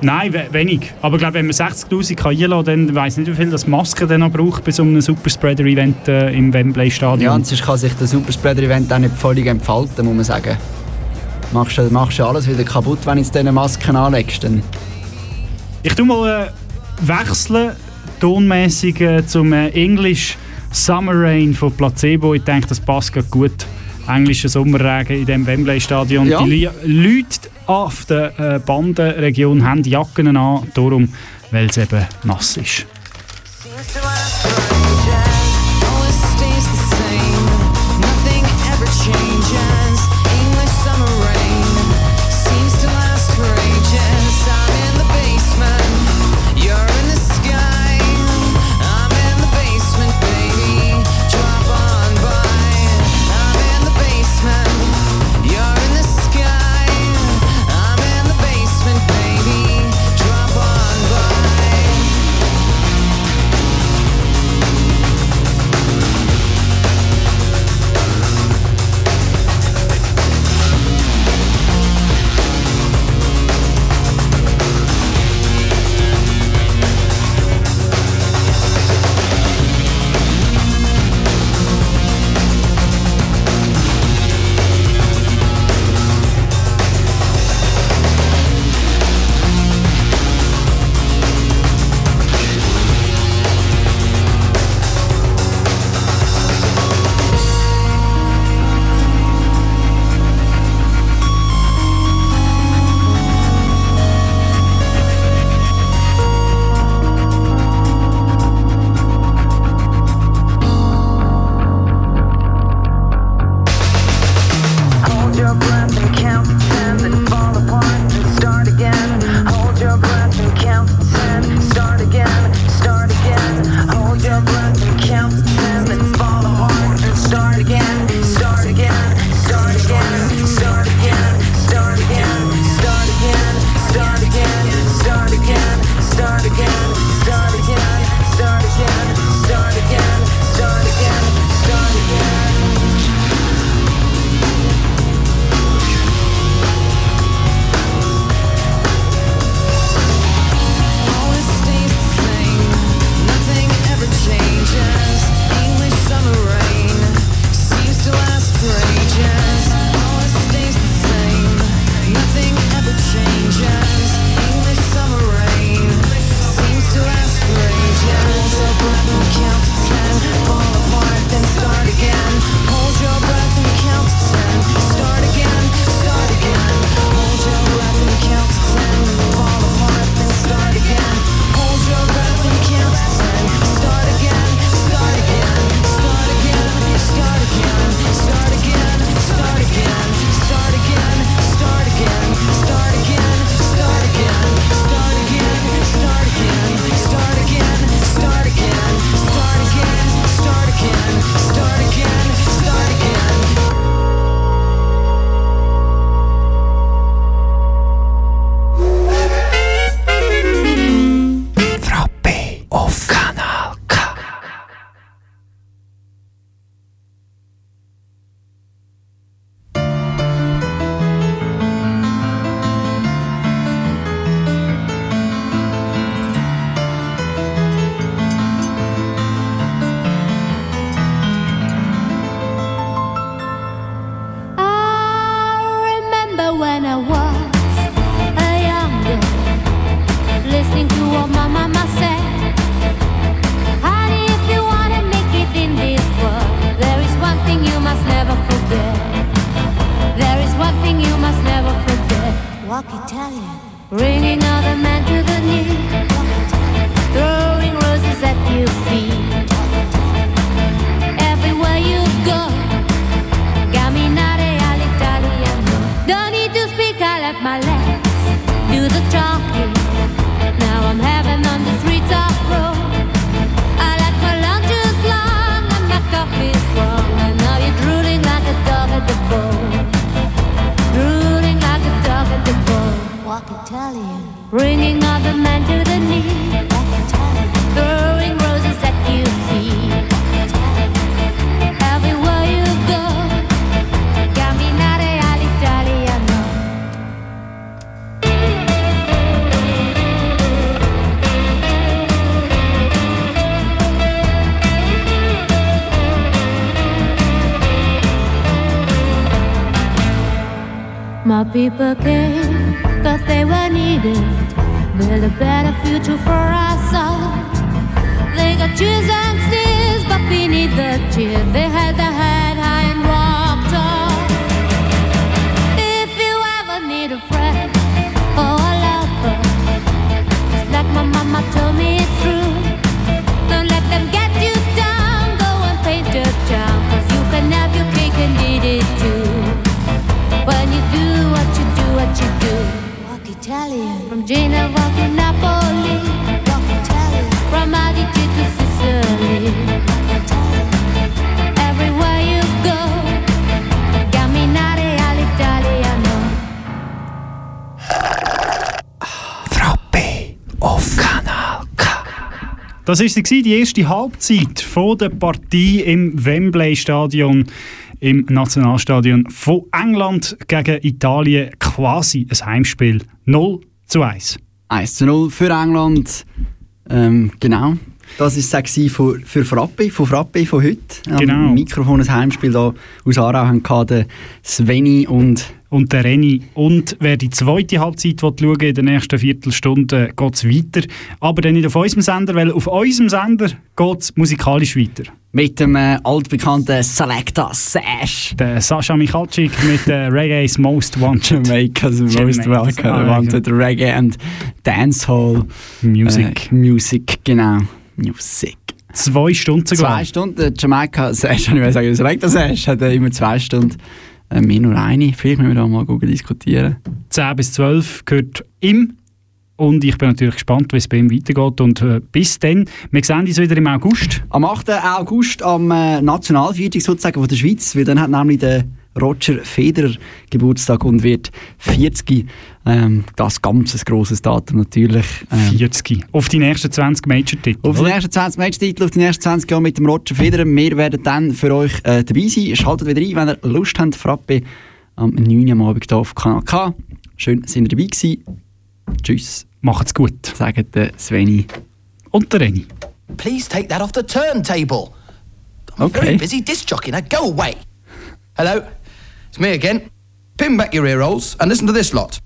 Nein, we wenig. Aber ich glaube, wenn man 60'000 kann einladen kann, dann weiss nicht, wie viel das Maske dann noch braucht bei so einem Superspreader-Event äh, im
Ja,
Wembley-Stadion.
und sonst kann sich das Superspreader-Event auch nicht völlig entfalten, muss man sagen. Machst du machst du alles wieder kaputt, wenn du jetzt diese Masken anlegst. Dann.
Ich tu mal äh, wechseln, tonmäßig äh, zum äh, English Summer Rain von Placebo. Ich denke, das passt gerade gut. Englischer Sommerregen in dem Wembley-Stadion.
Ja.
Die Le Leute auf der äh, Bandenregion haben Jacken an, darum, weil es eben nass ist.
Oh, Baby, drop on by. Bring another man to the knee, throwing roses at your feet. Everywhere you go, camminare all'italiano. Don't need to speak, I let my legs do the talking. Now I'm heaven on the streets of Rome. I like my lunches long and my coffee strong. And now you're drooling like a dog at the bone. Drooling like a dog at the bone. Walk Italian. Bringing other men to the knee. Throwing roses at your feet. Everywhere you go. Camminare all'italiano. My people came because they were needed. Build a better future for us all. They got cheers and sneers, but beneath the cheer, they held their head high and walked tall. If you ever need a friend or a lover, just like my mama told me it's true. Don't let them get you down, go and paint the town, cause you can have your cake and eat it too. When you do what you do, what you do. Walk Italian. From Geneva to Napoli. Walk Italian. From Adige to Sicily. Everywhere you go, camminare all'italiano.
Das war sie, die erste Halbzeit von der Partie im Wembley-Stadion, im Nationalstadion von England gegen Italien. Quasi ein Heimspiel. 0 zu 1.
1 zu 0 für England. Ähm, genau. Das war es auch gewesen für, für Frappe, von Frappe von heute.
Genau.
Am Mikrofon ein Heimspiel da aus Aarau haben gehabt, der Sveni und
und der Renny. Und wer die zweite Halbzeit will schauen in der nächsten Viertelstunde, geht es weiter. Aber dann nicht auf unserem Sender, weil auf unserem Sender geht es musikalisch weiter.
mit dem äh, altbekannten Selecta Sash.
Der Sascha Michalczyk mit äh, Reggae's Most Wanted
Jamaica's
Jamaica's ah,
most welcome, wanted reggae and dancehall
Music.
Äh, Music, genau. Music.
Zwei Stunden
Zwei
lang.
Stunden äh, Jamaica Sash, ich will sagen, das Selecta Sash hat äh, immer zwei Stunden. Äh, mehr nur eine. Vielleicht müssen wir da mal gucken, diskutieren.
10 bis 12 gehört ihm. Und ich bin natürlich gespannt, wie es bei ihm weitergeht. Und äh, bis dann, wir sehen uns wieder im August.
Am 8. August am äh, Nationalfeiertag sozusagen von der Schweiz, weil dann hat nämlich der Roger Federer Geburtstag und wird 40. Ähm, das ganz ein grosses Datum natürlich. Ähm,
40. Auf die nächsten 20 Major-Titel.
auf
oder?
den ersten 20 Matchtitel, auf die nächsten 20 Jahre mit dem Roger Federer. Wir werden dann für euch äh, dabei sein. Schaltet wieder ein, wenn ihr Lust habt. Frappe am 9. Uhr am Abend hier auf Kanal K. Schön, sind ihr dabei gewesen. Tschüss,
Macht's gut.
sagt der Sveni.
Und der Reni.
Please take that off the turntable. I'm
Okay.
very busy disc jockeying. Now go away. Hello, it's me again. Pin back your ear holes and listen to this lot.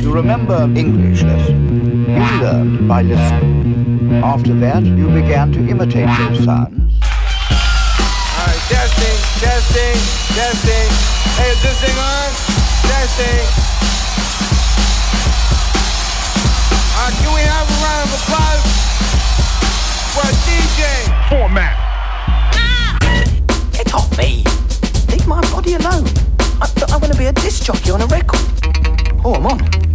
You remember English lesson. You learned by listening. After that, you began to imitate those sounds. All right, testing, testing, testing. Hey, is this thing on? Testing. Uh, can we have a round of applause for DJ?
Format.
Get off me. Leave my body alone. I, I want to be a disc jockey on a record. Oh, I'm on.